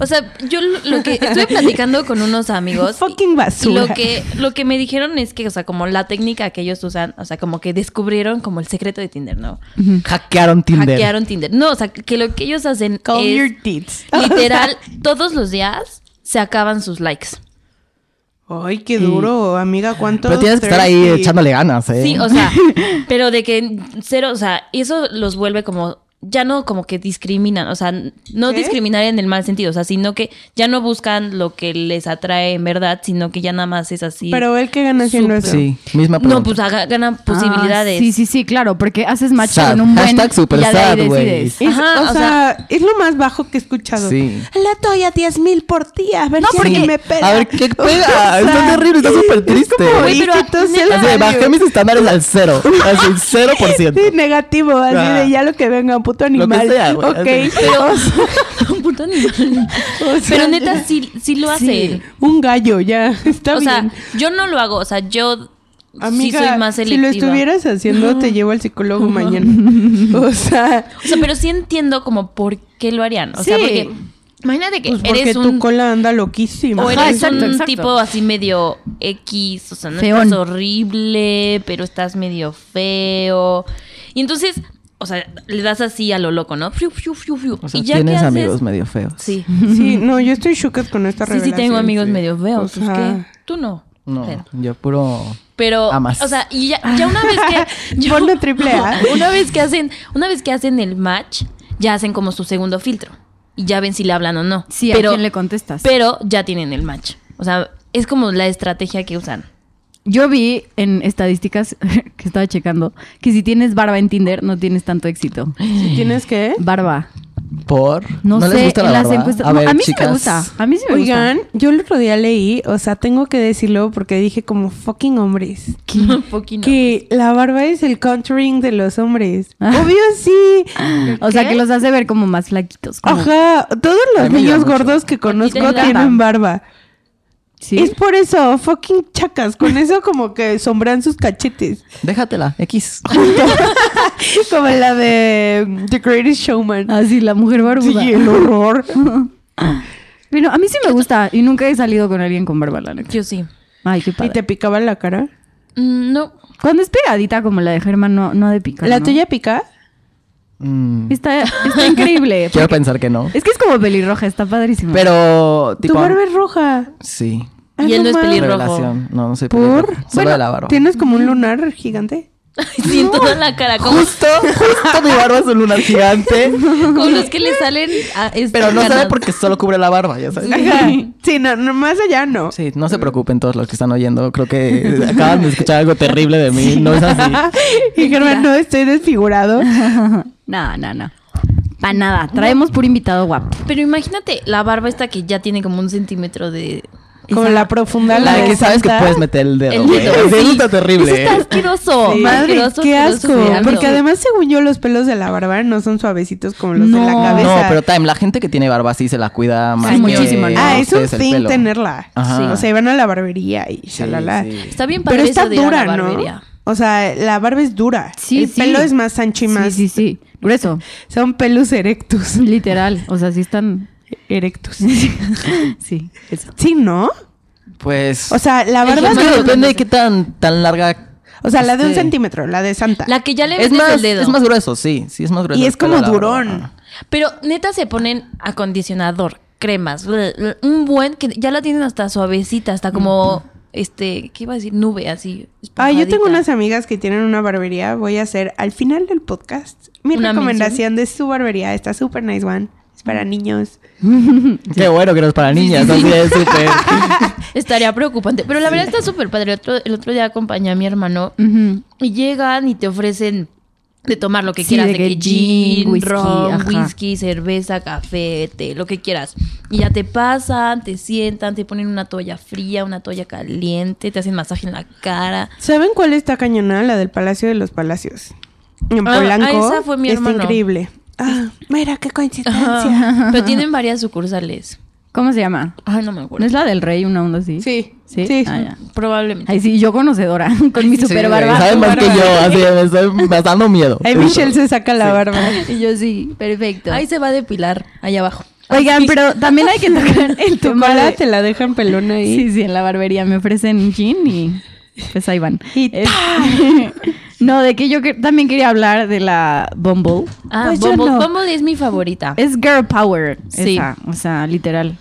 O sea, yo lo lo que estuve platicando con unos amigos. y- Fucking basura. Y lo que, lo que me dijeron es que, o sea, como la técnica que ellos usan, o sea, como que descubrieron como el secreto de Tinder, ¿no? Hackearon Tinder. Hackearon Tinder. No, o sea, que lo que ellos hacen Call es your tits. literal, todos los días se acaban sus likes. Ay, qué duro, amiga. ¿Cuánto? Pero tienes que estar ahí thirsty? echándole ganas, ¿eh? Sí, o sea, pero de que cero, o sea, eso los vuelve como ya no como que discriminan, o sea, no ¿Qué? discriminar en el mal sentido, o sea, sino que ya no buscan lo que les atrae en verdad, sino que ya nada más es así. Pero él que gana haciendo Súper. eso. Sí, misma pregunta. no, pues haga- ganan Ah, posibilidades. sí, sí, sí, claro, porque haces match Sad. con un buen Hashtag super y ya de ahí sad, güey. decides. Es- Ajá, o, o sea, es lo más bajo que he escuchado. Sí. Le doy a 10 mil por día. A ver No, si porque- alguien me pega. A ver, ¿qué O sea, pega? Está terrible, está súper triste. como Güey, ir pero que todo neta- sea Así de, válido. bajé mis estándares al cero. Así, cero por ciento. Sí, negativo, así Ah. de ya lo que venga, puto que animal. sea, güey. Ok. Pero, O sea, Un puto animal. o sea, Pero neta, sí, sí lo Sí. hace. Un gallo, ya. Está O sea, bien. yo no lo hago, o sea, yo sí soy más si lo selectiva. estuvieras haciendo, te llevo al psicólogo mañana. O sea, O sea, pero sí entiendo como por qué lo harían. O sea, Sí. porque imagínate que pues porque eres tu un cola anda loquísima. O Ajá, eres exacto, un exacto. tipo así medio X, o sea, no Feón. estás horrible, pero estás medio feo. Y entonces, o sea, le das así a lo loco, ¿no? Fiu, fiu, fiu, fiu. O sea, y ya que tienes haces- amigos medio feos. Sí. Sí, no, yo estoy shocked con esta Sí, sí revelación. tengo amigos sí. medio feos, O pues, sea, ¿qué? Tú no. No, Fer. yo puro... Pero, Amas. o sea, y ya, ya una vez que. ya- Ponlo triple A. Una vez que hacen, una vez que hacen el match, ya hacen como su segundo filtro. Y ya ven si le hablan o no. Sí, pero, ¿a quién le contestas? pero ya tienen el match. O sea, es como la estrategia que usan. Yo vi en estadísticas que estaba checando que si tienes barba en Tinder no tienes tanto éxito. Si tienes que. Barba. ¿Por? No, sé, les gusta la en las barba? encuestas. A no, ver, a mí sí chicas. me gusta. A mí sí me Oigan, gusta. yo el otro día leí, o sea, tengo que decirlo porque dije como fucking hombres. Un poquito. Que la barba es el contouring de los hombres. Ah. Obvio sí. O sea, que los hace ver como más flaquitos. como- Ajá, todos A los mí me niños llama mucho. gordos que conozco Quítenla. tienen barba. ¿Sí? Es por eso, fucking chacas. Con eso como que sombran sus cachetes. Déjatela, X. Como la de mm, The Greatest Showman. Así, la mujer barbuda. Sí, el horror. Pero a mí sí me gusta y nunca he salido con alguien con barba, la neta. Yo sí. Ay, qué ¿Y padre. te picaba la cara? Mm, No. Cuando es pegadita como la de Germán, no, no ha de picar. ¿La ¿no? tuya pica? Mm, Está, está increíble. Quiero porque- pensar que no. Es que es como pelirroja, está padrísimo. Pero, tu tipo... barba es roja. Sí. Ah, Y él no es mames. pelirrojo. Revelación. No, no sé. ¿Por? Solo Bueno, de la barba. Tienes como un lunar gigante. Siento toda la cara. Como, Justo, justo mi barba es un lunar gigante. como los que le salen a este Pero no se ve canal. porque solo cubre la barba, ya sabes. Ajá. Sí, no, no, más allá no. Sí, no se preocupen todos los que están oyendo. Creo que acaban de escuchar algo terrible de mí. No es así. y Germán, no estoy desfigurado. No, no, no. Para nada. Traemos puro invitado guapo. Pero imagínate la barba esta que ya tiene como un centímetro de. Como la profunda. La de de que sabes que Santa. puedes meter el dedo. El güey. dedo, Sí, Eso sí. está terrible. Eso está ¿eh? asqueroso. Sí. Madre, asqueroso, qué asco. asqueroso, asqueroso. Porque además, según yo, los pelos de la barba no son suavecitos como los de la No. No, cabeza. pero time, la gente que tiene barba sí se la cuida más. Sí, que muchísimo, ¿no? Ah, es un ustedes el thing pelo. tenerla. Ajá. Sí. O sea, van a la barbería y Sí, shalala. sí. Está bien padre Pero está eso de ir a dura, la ¿no? barbería. O sea, la barba es dura. Sí, el sí. pelo es más ancho y más. Sí, sí, sí. Grueso. Son pelos erectos. Literal. O sea, sí están. Erectos. Sí, eso. Sí, ¿no? Pues. O sea, la es barba. que no- depende de qué tan, tan larga. O sea, la de un Sí. centímetro, la de Santa. La que ya le Es metes más, el dedo. es más grueso, sí. Sí, es más grueso. Y el es pelo como de la barba. durón. Ajá. Pero neta se ponen acondicionador, cremas, bl- bl- un buen que ya la tienen hasta suavecita, hasta como este, ¿qué iba a decir? Nube así. Ah, yo tengo esponjadita. unas amigas que tienen una barbería. Voy a hacer al final del podcast mi Una recomendación de su barbería. Está súper nice one. Es para niños. Qué bueno que no es para niñas. sí, sí. Así es súper. Estaría preocupante. Pero la verdad está súper padre. Otro- el otro día acompañé a mi hermano Ujú. y llegan y te ofrecen de tomar lo que Sí, quieras. de De, que que gin, gin, whisky, ron, ajá. whisky, cerveza, café, té, lo que quieras. Y ya te pasan, te sientan, te ponen una toalla fría, una toalla caliente, te hacen masaje en la cara. ¿Saben cuál está cañonada? La del Palacio de los Palacios. En Ah, Polanco. ah, esa fue mi Está hermano. increíble. Ah, mira, qué coincidencia. Ajá. Pero tienen varias sucursales. ¿Cómo se llama? Ay, no me ¿No acuerdo. es la del rey una onda así? Sí. ¿Sí? Sí. Ah, ya. Probablemente. Ay, sí, yo conocedora, con mi super güey, barba. Sabe más que yo, así me estoy me está dando miedo. Ay, Michelle se saca la barba. Y yo sí, perfecto. Ahí se va a depilar, allá abajo. Oigan, pero también hay que tocar el Tu tema cola de- te la dejan pelona ahí. Sí, sí, en la barbería me ofrecen gin y pues ahí van. Y Es- no, de que yo que- también quería hablar de la Bumble. Ah, Pues yo Bumble, no. Bumble es mi favorita. Es girl power, Sí. esa, o sea, literal.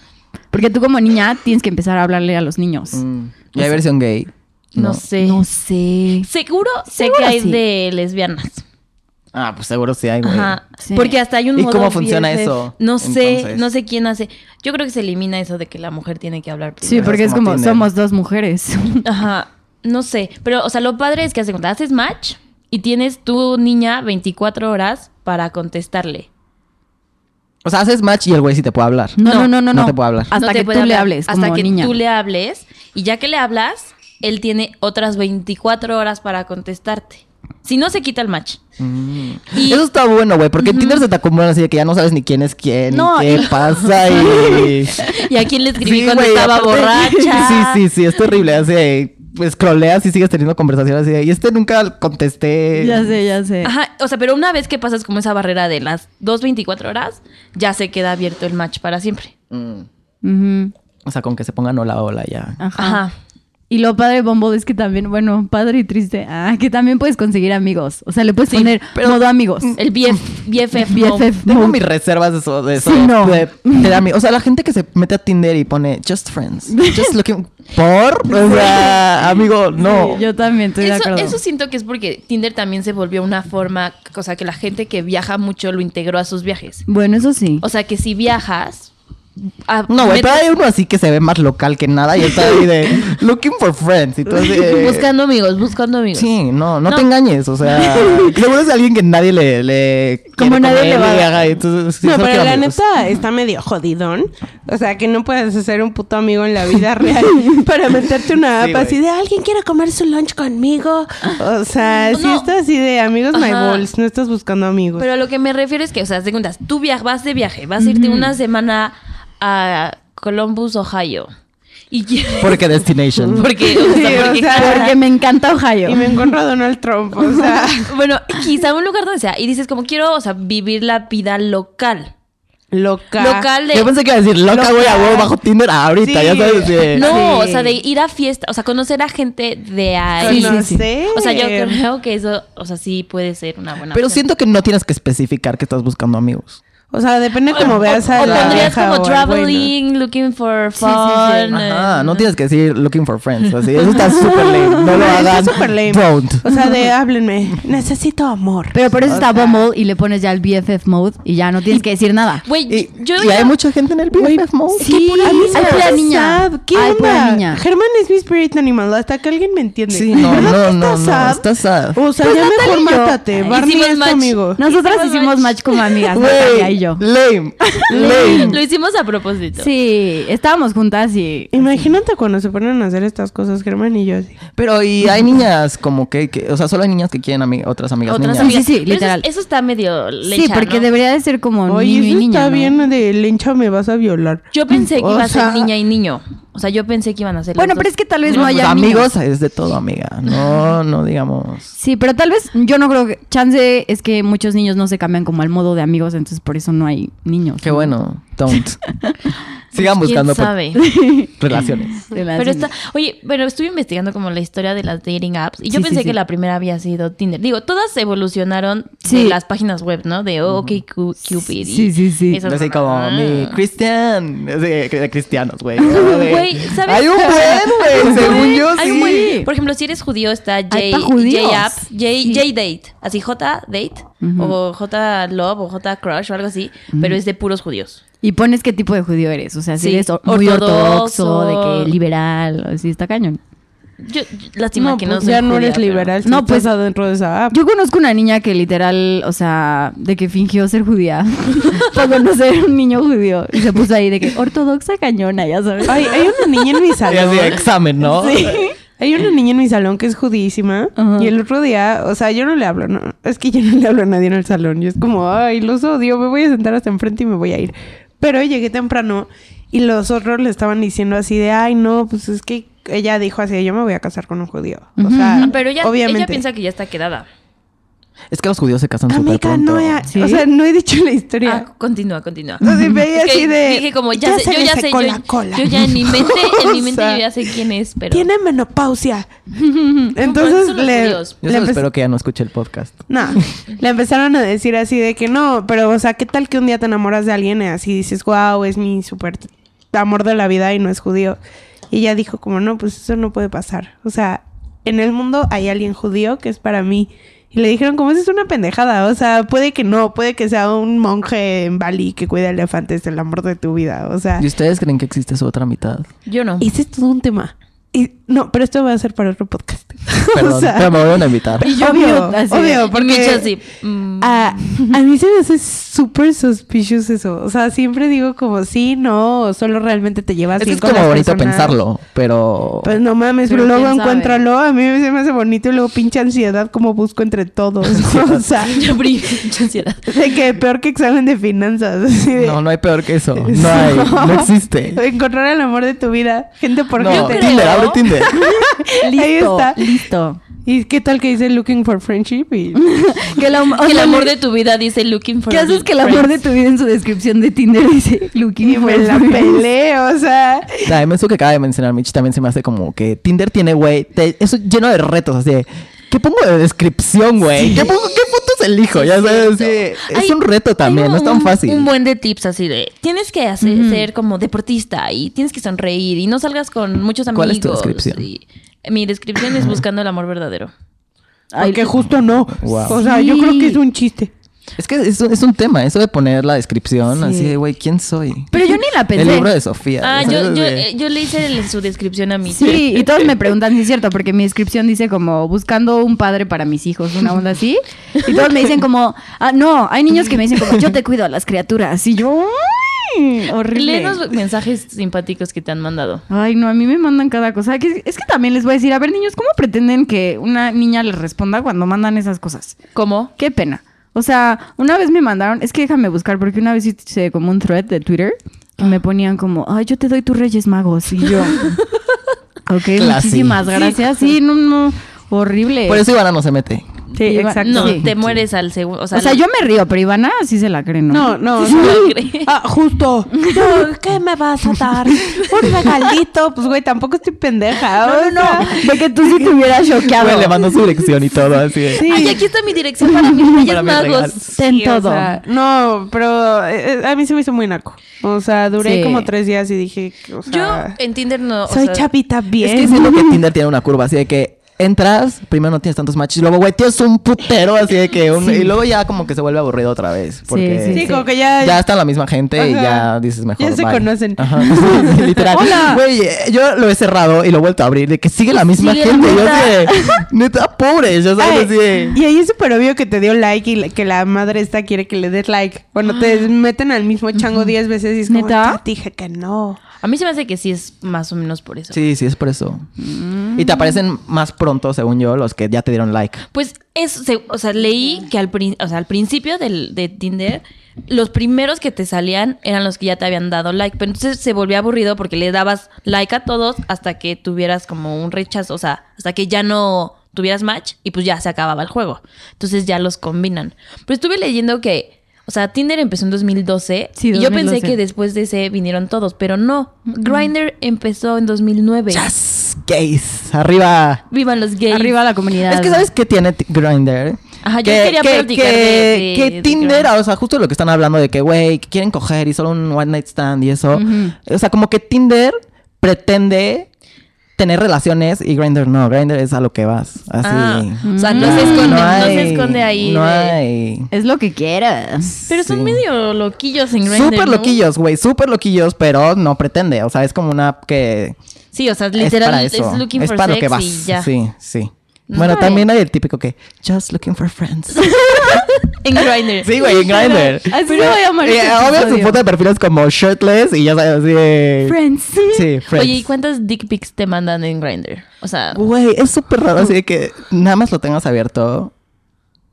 Porque tú como niña tienes que empezar a hablarle a los niños. Mm. Y hay versión gay. no sé. No sé. Seguro, sé Seguro que hay sí. de lesbianas. Ah, pues seguro sí hay, güey. Ajá. Sí. Porque hasta hay un ¿Y modo cómo funciona BFF. eso, No sé, entonces? no sé quién hace. Yo creo que se elimina eso de que la mujer tiene que hablar Sí, Pero primero. porque es es como como Tinder. somos dos mujeres. Ajá. No sé. Pero, o sea, lo padre es que hace cuenta, haces match y tienes tu niña 24 horas para contestarle. O sea, haces match y el güey sí te puede hablar. No, no, no, no. No te puedo hablar. Hasta No te que tú puede le hablar. hables Hasta como que niña. tú le hables. Y ya que le hablas, él tiene otras 24 horas para contestarte. Si no, se quita el match. Y- Eso está bueno, güey, porque en Tinder se te acumulan así de que ya no sabes ni quién es quién, No, ni qué y- pasa y... ¿Y a quién le escribí Sí, cuando güey, estaba aparte- borracha? Sí, sí, sí, es terrible. Así de, pues scrolleas y sigues teniendo conversaciones así de, y este nunca contesté. Ya sé, ya sé. Ajá, o sea, pero una vez que pasas como esa barrera de las 2.24 horas, ya se queda abierto el match para siempre. Mm. Ujú. O sea, con que se pongan hola, hola ya. Ajá. Ajá. Y lo padre de Bumble es que también, bueno, padre y triste, ah, que también puedes conseguir amigos. O sea, le puedes poner modo amigos. El BF, BFF. BFF. Tengo mode. mis reservas de eso. De eso Sí, no. de- de ami- o sea, la gente que se mete a Tinder y pone just friends. Just looking. ¿Por? O sea, amigo, no. Sí, yo también estoy de Eso, acuerdo. eso siento que es porque Tinder también se volvió una forma, o sea, que la gente que viaja mucho lo integró a sus viajes. Bueno, eso sí. O sea, que si viajas... a- No, güey, pero metes- hay uno así que se ve más local que nada y está ahí de looking for friends. Y tú así de- Buscando amigos, buscando amigos. Sí, no, no, No. te engañes, o sea, seguro es alguien que nadie le, le Como quiere nadie comer le va a y dar. haga, entonces, sí, No, solo pero quiero la amigos. neta está medio jodidón. O sea, que no puedes hacer un puto amigo en la vida real para meterte una Sí, app así güey. de alguien quiere comer su lunch conmigo. O sea, si No. estás así de amigos my Ajá. balls, no estás buscando amigos. Pero a lo que me refiero es que, o sea, haz de cuentas, tú via- vas de viaje, vas a irte una semana a Columbus, Ohio. Y quieres- Porque Destination. Porque, o sea, Sí, o porque- sea, Porque me encanta y Ohio. me encuentro a Donald Trump, o sea, bueno, quizá un lugar donde sea. Y dices, como quiero, o sea, vivir la vida local. loca. Local de. Yo pensé que iba a decir, loca, Loca. güey, a huevo, bajo Tinder ahorita, Sí. ya sabes. de- no, Sí. o sea, de ir a fiesta, o sea, conocer a gente de Sí, ahí. sí, sí. Conocer. O sea, yo Eh. creo que eso, o sea, sí puede ser una buena. Pero opción. siento que no tienes que especificar que estás buscando amigos. O sea, depende O- cómo veas o, a o la pondrías vieja o como al güey, ¿no? traveling, looking for fun. Ajá, eh, no tienes que decir looking for friends, así, eso está súper lame, no lo Está hagan, súper lame. don't. O sea, de háblenme, necesito amor. Pero por eso está Bumble y le pones ya el BFF mode y ya no tienes que decir nada. Güey, Y, yo. y hay yo- mucha gente en el BFF mode. Sí, A mí se hay me pura hace niña. sad. ¿Qué Hay pura onda? niña. Germán es mi spirit animal. Hasta que alguien me entiende. Sí, no, ¿Verdad no, que no, está no, sad? está sad. O sea, Pues ya Natalia mejor y yo. mátate. Ay, Barney hicimos es tu match. amigo. Nosotras Hicimos hicimos match. match como amigas, Natalia y Güey, yo. lame, Lo lame. hicimos a propósito. Sí, estábamos juntas y... Imagínate cuando se ponen a hacer estas cosas, Germán y yo. así. Pero y hay niñas como que, que- o sea, solo hay niñas que quieren ami- otras amigas Otras niñas. amigas. Sí, sí, sí, Pero eso- literal. Eso, está medio lecha, sí, porque ¿no? debería de ser Oh, como Oye, niño y eso niña, está ¿no? bien de lencha me vas a violar. Yo pensé que O iba a ser sea- niña y niño. O sea, yo pensé que iban a ser Bueno, las pero dos. es que tal vez No, no pues, haya niños. amigos es de todo, amiga. No, no digamos. Sí, pero tal vez yo no creo que chance es que muchos niños no se cambian como al modo de amigos, entonces por eso no hay niños. Qué ¿no? bueno. Don't. Sigan ¿Quién buscando por- sabe? relaciones. Relaciones. Pero está... Oye, bueno, estuve investigando como la historia de las dating apps. Y Sí, yo sí, pensé sí. que la primera había sido Tinder. Digo, todas evolucionaron Sí. de las páginas web, ¿no? De "Oh, OkCupid. y Sí, sí, sí. esas Así como mamadas. mi Cristian. así De cristianos, güey. Güey, ¿sabes? Hay un buen, güey. Según yo, Hay sí. un buen- Por ejemplo, si eres judío, está J, Hay pa' judíos. J-App, J, Sí. J-Date. Así J-Date, o J-Love, o J-Crush, o algo así. Pero es de puros judíos. Y pones qué tipo de judío eres. O sea, si Sí, eres o- muy ortodoxo. ortodoxo, de que liberal, así está cañón. Yo, yo- lástima que no pues soy ya no judía, eres pero- liberal. No, No, pues- pues adentro de esa app. Yo conozco una niña que literal, o sea, de que fingió ser judía para conocer un niño judío. Y se puso ahí de que ortodoxa cañona, ya sabes. Ay, hay una niña en mi Y salón. así de examen, ¿no? Hay una niña en mi salón que es judísima Ajá. y el otro día, o sea, yo no le hablo, no, es que yo no le hablo a nadie en el salón. Yo es como, ay, los odio, me voy a sentar hasta enfrente y me voy a ir. Pero llegué temprano Y los otros le estaban diciendo así de, ay, no, pues es que ella dijo así, yo me voy a casar con un judío. O Ujú. sea, Ah, pero ella, obviamente. ella piensa que ya está quedada. Es que los judíos se casan súper Amiga, pronto. no he, ¿Sí? o sea, no he dicho la historia. Ah, continúa, continúa. O sea, veía Es que así de. dije como ya, sé, yo le ya sé, secó yo, la cola. yo ya en mi mente, en mi mente O sea, yo ya sé quién es, pero Tiene menopausia. Pero Entonces son los le. judíos. Yo le solo empe- espero que ya no escuche el podcast. No, le empezaron a decir así de que no, pero o sea, ¿qué tal que un día te enamoras de alguien y así dices, wow, es mi super amor de la vida y no es judío? Y ella dijo como, no, pues eso no puede pasar. O sea, en el mundo hay alguien judío que es para mí. Y le dijeron, como eso es una pendejada, o sea, puede que no, puede que sea un monje en Bali que cuida elefantes, el amor de tu vida, o sea, ¿Y ustedes creen que existe su otra mitad? yo no. ese es todo un tema. Y, no, pero esto va a ser para otro podcast. Perdón, pero me voy a invitar. Y yo obvio, mute, así de- obvio, Y porque Mitch así, mm, Ah, a mí se me hace súper suspicious eso. O sea, siempre digo como sí, no, solo realmente te llevas Es que bien es con como las bonito personas. pensarlo, pero... Pues no mames, Pero pero luego quién sabe. encuéntralo. A mí se me hace bonito y luego pinche ansiedad como busco entre todos. o sea, yo abrí mucha ansiedad. de que peor que examen de finanzas. así de- No, no hay peor que eso. No hay, no existe. Encontrar el amor de tu vida, gente por No, gente. Tinder, abre Tinder. Listo, Ahí está. listo. ¿Y qué tal que dice looking for friendship? Y... Que, el am- o Que el sea, amor le- de tu vida dice looking for ¿Qué haces friends". que el amor de tu vida en su descripción de Tinder dice Looking Y me for la friends"? peleé, o sea. También eso que acaba de mencionar Mitch también se me hace como que Tinder tiene, güey, te- eso lleno de retos, así de, ¿qué pongo de descripción, güey? ¿Qué, pongo- qué fotos elijo? Ya sabes, así de, es Hay- un reto también, hay no es tan un- fácil. Un buen de tips así de tienes que hacer, ser como deportista y tienes que sonreír y no salgas con muchos amigos. ¿Cuál es tu descripción? y- mi descripción es buscando el amor verdadero. Ay, Porque justo no. Wow. O sea, yo creo que Sí. es un chiste. Es que es, un- es un tema, eso de poner la descripción, Sí. así de, güey, ¿quién soy? Pero yo ni la pensé. El libro de Sofía. Ah, ya yo, sabes, yo, de- eh, yo le hice el- su descripción a mi Sí, y todos me preguntan si es cierto, porque mi descripción dice como buscando un padre para mis hijos, una onda así. Y todos me dicen como, ah, no, hay niños que me dicen como, yo te cuido a las criaturas. Y yo, "Ay, Lee horrible. los mensajes simpáticos que te han mandado. Ay, no, a mí me mandan cada cosa. Que- Es que también les voy a decir, a ver, niños, ¿cómo pretenden que una niña les responda cuando mandan esas cosas? ¿Cómo? Qué pena. O sea, una vez me mandaron, es que déjame buscar, porque una vez hice como un thread de Twitter que me ponían como, ay, yo te doy tus Reyes Magos. Y yo, ok, Claro, sí. muchísimas gracias. Sí, no, no, horrible. Por eso Ivana no se mete. Sí, Iba- exacto. No, Sí. te mueres al segundo. O sea, o sea, la- yo me río, pero Ivana sí se la cree, ¿no? No, no, Sí, no. la creí. Ah, justo. No, ¿Qué me vas a dar? Un regalito. Pues, güey, tampoco estoy pendeja. no, no, o sea. no, de que tú sí te hubieras choqueado. Güey, le mando su dirección y todo, así de, Sí. Ay, aquí está mi dirección para mis Para Reyes mis Magos. regalos. Ten Sí, o todo. sea, No, pero eh, eh, a mí se me hizo muy naco. O sea, duré Sí. como tres días y dije, o sea, yo en Tinder no. o soy sea, chapita bien. Es que siento que Tinder tiene una curva así de que entras, primero no tienes tantos matches, y luego, güey, tienes un putero así de que... un- Y luego ya como que se vuelve aburrido otra vez. Porque sí, sí, como que ya... Ya está la misma gente y Ajá. ya dices mejor. Ya se bye. conocen. Ajá. Sí, Literal. Hola. Güey, eh, yo lo he cerrado y lo he vuelto a abrir de que sigue la misma Sigue la gente. yo neta. así de, neta, pobres, ya Ay, sabes, así de- y ahí es súper obvio que te dio like y la- que la madre esta quiere que le des like. Cuando te meten al mismo chango diez veces y es como, ¿Neta? "Ya te dije que no. A mí se me hace que sí es más o menos por eso. Sí, sí, es por eso. Mm. Y te aparecen más pronto, según yo, los que ya te dieron like. Pues es, se- o sea, leí que al, prin- o sea, al principio del, de Tinder, los primeros que te salían eran los que ya te habían dado like, pero entonces se volvía aburrido porque le dabas like a todos hasta que tuvieras como un rechazo, o sea, hasta que ya no tuvieras match y pues ya se acababa el juego. Entonces ya los combinan. Pero estuve leyendo que, o sea, Tinder empezó en 2012 Sí, y yo pensé 2012. que después de ese vinieron todos, pero no. Grindr empezó en 2009. Yes, gays. Arriba. Vivan los gays. Arriba la comunidad. Es que ¿sabes qué tiene T- Grindr? Ajá, yo Que- quería que- platicar que, de- de- que de Tinder, Grindr. o sea, justo lo que están hablando de que, güey, que quieren coger y solo un one night stand y eso. Ujú. O sea, como que Tinder pretende tener relaciones y Grindr no. Grindr es a lo que vas. Así. Ah, o sea, no Mm. se esconde, no, hay- se esconde ahí. No de- hay. Es lo que quieras. Pero son Sí. medio loquillos en Grindr, Súper ¿no? loquillos, güey, súper loquillos, pero no pretende. O sea, es como una app que Sí, o sea, es literal para es, eso. looking es for para sex lo que vas. y ya. Sí, sí. No Bueno, hay. también hay el típico que just looking for friends. En Grindr. Sí, güey, en Grindr. Así lo voy a llamar Y, eh, este Obvio, su episodio. foto de perfil es como shirtless y ya sabes, así de- Friends. Sí, friends. Oye, ¿y cuántas dick pics te mandan en Grindr? O sea, Güey, es súper raro, así de que nada más lo tengas abierto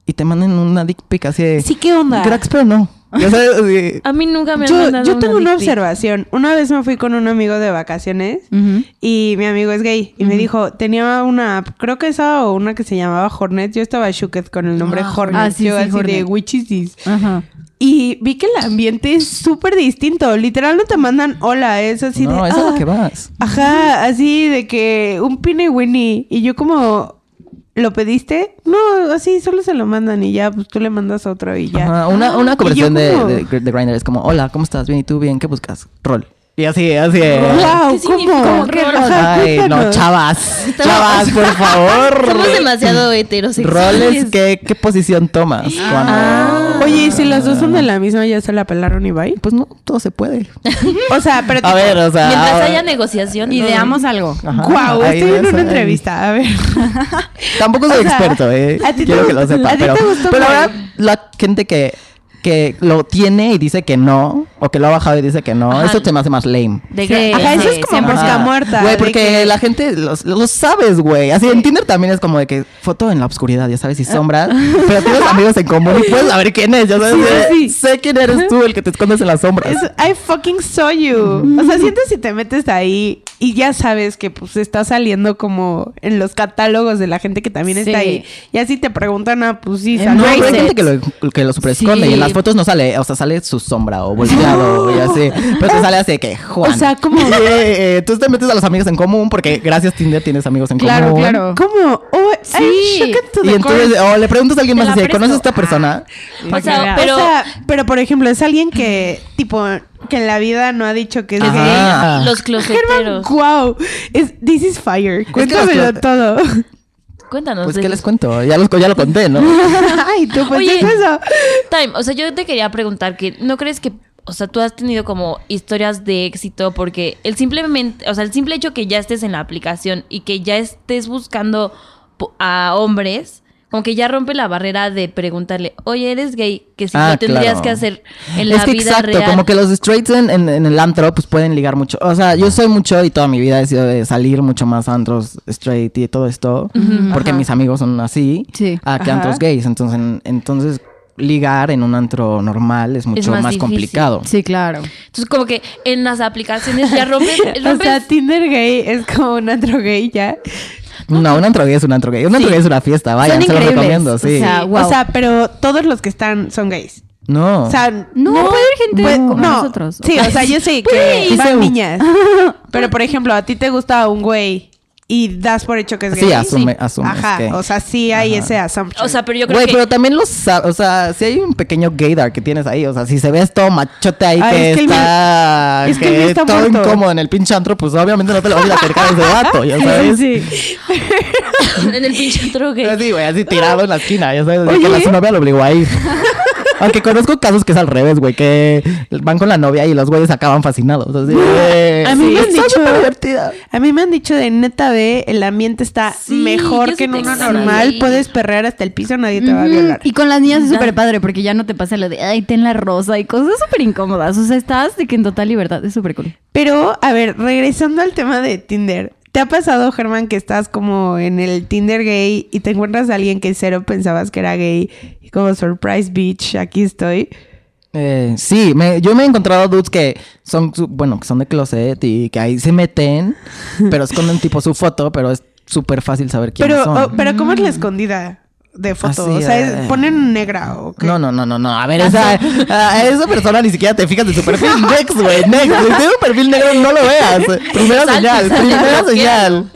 y te manden una dick pic así de... Sí, ¿qué onda? Cracks, pero no. Ya sabes, así- A mí nunca me han Yo, mandado yo tengo una dick pic. observación. Una vez me fui con un amigo de vacaciones Ujú. y mi amigo es gay y me dijo, tenía una app, creo que esa o una que se llamaba Hornet, yo estaba shooked con el nombre Ah, Hornet, ah, sí, yo sí, así de Hornet. "Which is this?". Ajá. Y vi que el ambiente es súper distinto, literal no te mandan hola, es así de... no, es a "Ah, lo que vas. Ajá, así de que un pine Winnie y yo como... ¿Lo pediste? No, así solo se lo mandan y ya, pues tú le mandas otro y ya. Ajá, una, una conversación Y yo de, como- de, de Grindr es como, hola, ¿cómo estás? Bien, ¿y tú? Bien, ¿qué buscas? Rol. Y así, así. Wow, ¿Qué significa ¿cómo? un ¿Qué rol? ajá, Ay, no, cuéntanos. chavas. Chavas, por favor. Somos demasiado heterosexuales. Roles, ¿qué, qué posición tomas? Cuando- Ah. Oye, ¿y si las dos son de la misma, ya se la pelaron y bye. Pues no, todo se puede. O sea, pero A ver, o sea. Mientras ahora- haya negociación. Ideamos algo. Ah, Ajá, wow, ahí estoy en ves, una ahí. entrevista. A ver. Tampoco soy O sea, experto, ¿eh? ¿a ti te Quiero que gustó- lo sepa. a ti pero, te gustó pero la cuál? verdad, la gente que, que lo tiene y dice que no, o que lo ha bajado y dice que no, Ajá. eso te me hace más lame. De Sí, que- ajá, eso es sí, como sí, por ajá. Mosca muerta, Güey, de porque que- la gente los- lo, sabes, güey. Así en Tinder también es como de que foto en la oscuridad, ya sabes, y sombra. Pero tienes amigos en común y puedes saber quién es, ya sabes. Sí, sí. Sé quién eres tú, el que te escondes en las sombras. Es- I fucking saw you. O sea, sientes si te metes ahí y ya sabes que pues está saliendo como en los catálogos de la gente que también Sí. está ahí. Y así te preguntan, ah, pues sí, En salió. No, pero hay Embrace gente it. que lo, que lo super esconde Sí. y en las fotos no sale, o sea, sale su sombra o volteado y así. Pero te sale así de que, Juan. O sea, como- Eh, eh, tú te metes a los amigos en común porque gracias Tinder tienes amigos en Claro, común. claro. ¿Cómo? Oh, Sí. I'm shocked to Y the core. entonces, oh, o le preguntas a alguien Te más la así, de, presto. ¿conoces a esta persona? O sea, Pero, pero. o sea, pero por ejemplo, es alguien que, tipo, que en la vida no ha dicho que es Ajá. gay. Ah. Los Germán, closeteros. wow. Es, this is fire. los Cuéntamelo clo- todo. Cuéntanos. Pues, de- ¿qué les cuento? Ya, los, ya lo conté, ¿no? Ay, tú pues Oye. es eso. Time, o sea, yo te quería preguntar que no crees que, o sea, tú has tenido como historias de éxito porque el simplemente, o sea, el simple hecho que ya estés en la aplicación y que ya estés buscando po- a hombres, como que ya rompe la barrera de preguntarle, oye, eres gay, que si Ah, lo tendrías claro. que hacer en la es que vida exacto, real. como que los straights en, en- en el antro pues pueden ligar mucho. O sea, yo soy mucho y toda mi vida he sido de salir mucho más a antros straight y todo esto, porque mis amigos son así, Sí. a que antros gays. Entonces, en- entonces ligar en un antro normal es mucho más más, difícil. complicado. Sí, claro. Entonces, como que en las aplicaciones ya rompes, O rompes- sea, Tinder gay es como un antro gay ya. No, un antro gay es un antro gay. Un antro gay es una fiesta, vayan, se lo increíbles, recomiendo, o sí. sea, Ah, wow. O sea, pero todos los que están son gays. no. O sea, no. No, puede haber gente puede- como no. nosotros. Sí, o sea, yo sé Puede que ir. van niñas. Pero por ejemplo, a ti te gusta un güey y das por hecho que es Sí, gay. asume- asumes Ajá. que- O sea, sí hay ese assumption. o sea, pero yo creo Güey, que... pero también los... sa- O sea, si hay un pequeño gaydar que tienes ahí, o sea, si se ves todo machote ahí Ay, que, es que el mío- está... es que el mío está todo muerto. incómodo en el pinche antro, pues obviamente no te lo vas a acercar a ese vato, ya sabes. sí, sí. en el pinche antro gay. Así, güey, así tirado en la esquina, ya sabes. así Oye. Con la su novia lo obligó a ir. Aunque conozco casos que es al revés, güey, que van con la novia y los güeyes acaban fascinados. Así, A mí me han está dicho- súper divertida. A mí me han dicho de neta de el ambiente está Sí, yo mejor sí que en te uno extraño. normal, puedes perrear hasta el piso, nadie te va a violar. Y con las niñas es súper padre porque ya no te pasa lo de, ay, ten la rosa y cosas súper incómodas. O sea, estás de que en total libertad. Es súper cool. Pero, a ver, regresando al tema de Tinder, ¿te ha pasado, Germán, que estás como en el Tinder gay y te encuentras a alguien que cero pensabas que era gay? Y como surprise bitch, aquí estoy. Eh, sí, me- yo me he encontrado dudes que son, su- bueno, que son de closet y que ahí se meten, pero esconden tipo su foto, pero es súper fácil saber quiénes Pero, son. oh, pero ¿cómo es la escondida de foto? Así, o sea, es- eh. ¿ponen negra o qué? No, no, no, no, no. A ver, esa, a esa persona ni siquiera te fijas de su perfil. Next, güey, next. Si tiene un perfil negro, no lo veas. Primera Salte, señal, salte, primera bloquea. señal.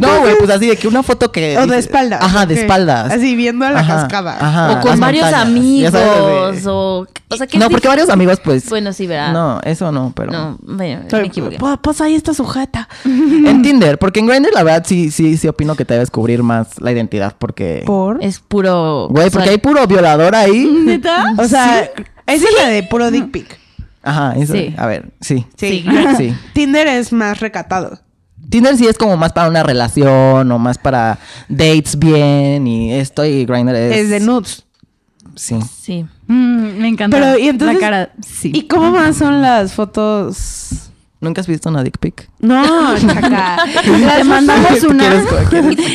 No, güey, pues así de que una foto que. O de dice- espaldas. Ajá, de ok. espaldas. Así viendo a la Ajá, cascada. ajá. o con Ah, las varios montañas, ya amigos, sabes, de- o... O sea, que No, es porque varios amigos, pues. Bueno, sí, ¿verdad? No, eso no, pero. No, bueno, me Sorry, equivoqué. pa- Pasa "Pues, ahí esta sujeta. En Tinder, porque en Grindr la verdad sí, sí, sí opino que te debes cubrir más la identidad porque... Por. Es puro. Güey, porque hay puro violador ahí. ¿Neta? O sea, esa es la de puro dick pic. Ajá, eso. Sí. A ver, sí. Sí. Sí. Tinder es más recatado. Tinder sí es como más para una relación o más para dates bien y esto y Grindr es... Es de nudes. Sí. Sí. Mm, me encanta. Pero, y entonces. La cara, sí. ¿Y cómo más son las fotos? ¿Nunca has visto una dick pic? No, chaca. Te mandamos ¿Tú una. quieres cualquier-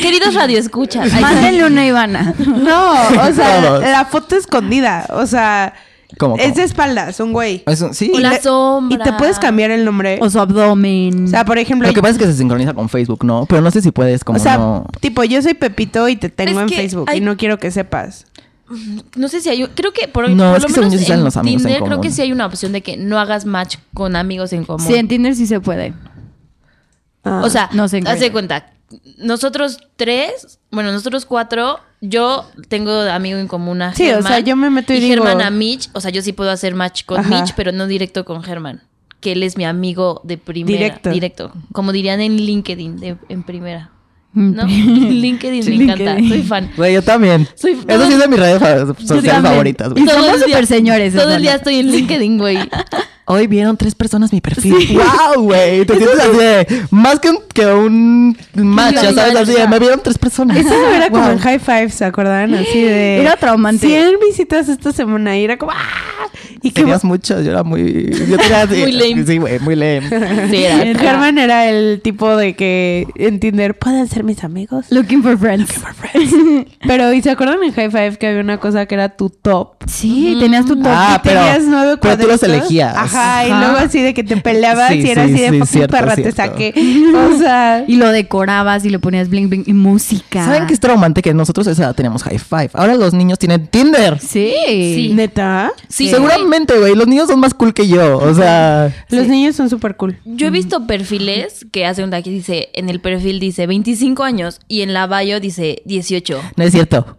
Queridos radioescuchas, ay, Mándenle una a Ivana. No, o sea, Todos. la foto escondida. O sea, ¿Cómo? Es cómo? de espaldas, un güey. Es un- sí. O la le- sombra. Y te puedes cambiar el nombre. O su abdomen. O sea, por ejemplo, Lo que pasa es que se sincroniza con Facebook, ¿no? Pero no sé si puedes como Em, o sea, no... tipo, yo soy Pepito y te tengo Es en que Facebook hay- y no quiero que sepas. No sé si hay... un- Creo que por, No, por es lo que según yo menos sí salen los amigos en Tinder creo común. que sí hay una opción de que no hagas match con amigos en común. sí, en Tinder sí se puede. Ah. O sea, No sé en haz qué. de cuenta. Nosotros tres, bueno, nosotros cuatro, yo tengo amigo en común a Sí, o Germán, sea, yo me meto y digo- Germán a Mitch, o sea, yo sí puedo hacer match con Ajá. Mitch, pero no directo con Germán, que él es mi amigo de primera. Directo. Directo. Como dirían en LinkedIn, de- en primera. Mm, ¿No? pri- LinkedIn me Sí. encanta, soy fan. Güey, yo también. Soy- Eso sí es de mis redes fa- sociales también. favoritas, Y güey. somos el día- súper señores, Todo el Osvaldo. día estoy en LinkedIn, güey. Hoy vieron tres personas mi perfil. ¡Wow, güey! Te sientes así de... Más que un, que un match, ya sabes, así de... Me vieron tres personas. Eso era como Wow. en High Five, ¿se acordaban? Así de... Era traumante. 100 visitas esta semana y era como... ¡ah! Y que Tenías muchas, yo era muy... Yo tenía así... Muy lame. Sí, güey, muy lame. Sí, era- el Germán era el tipo de que en Tinder pueden ser mis amigos. Looking for friends. Pero, ¿y se acuerdan en High Five que había una cosa que era tu top? Sí, tenías tu top. Ah, Y pero- tenías nueve pero tú los cuadritos. elegías. Ajá, y Ajá. luego así de que te peleabas Sí, y era sí, así de sí, "Fucking cierto, perra, te cierto. saqué. O sea, Y lo decorabas y le ponías bling bling y música. ¿Saben qué es traumante? Que nosotros a esa edad teníamos high five. Ahora los niños tienen Tinder. Sí. Sí. eh, neta, Sí, güey. Seguramente, güey. Los niños son más cool que yo. O sea... los niños son súper cool. Yo he visto perfiles que hace un que dice, en el perfil dice 25 años y en la bio dice 18. No es cierto.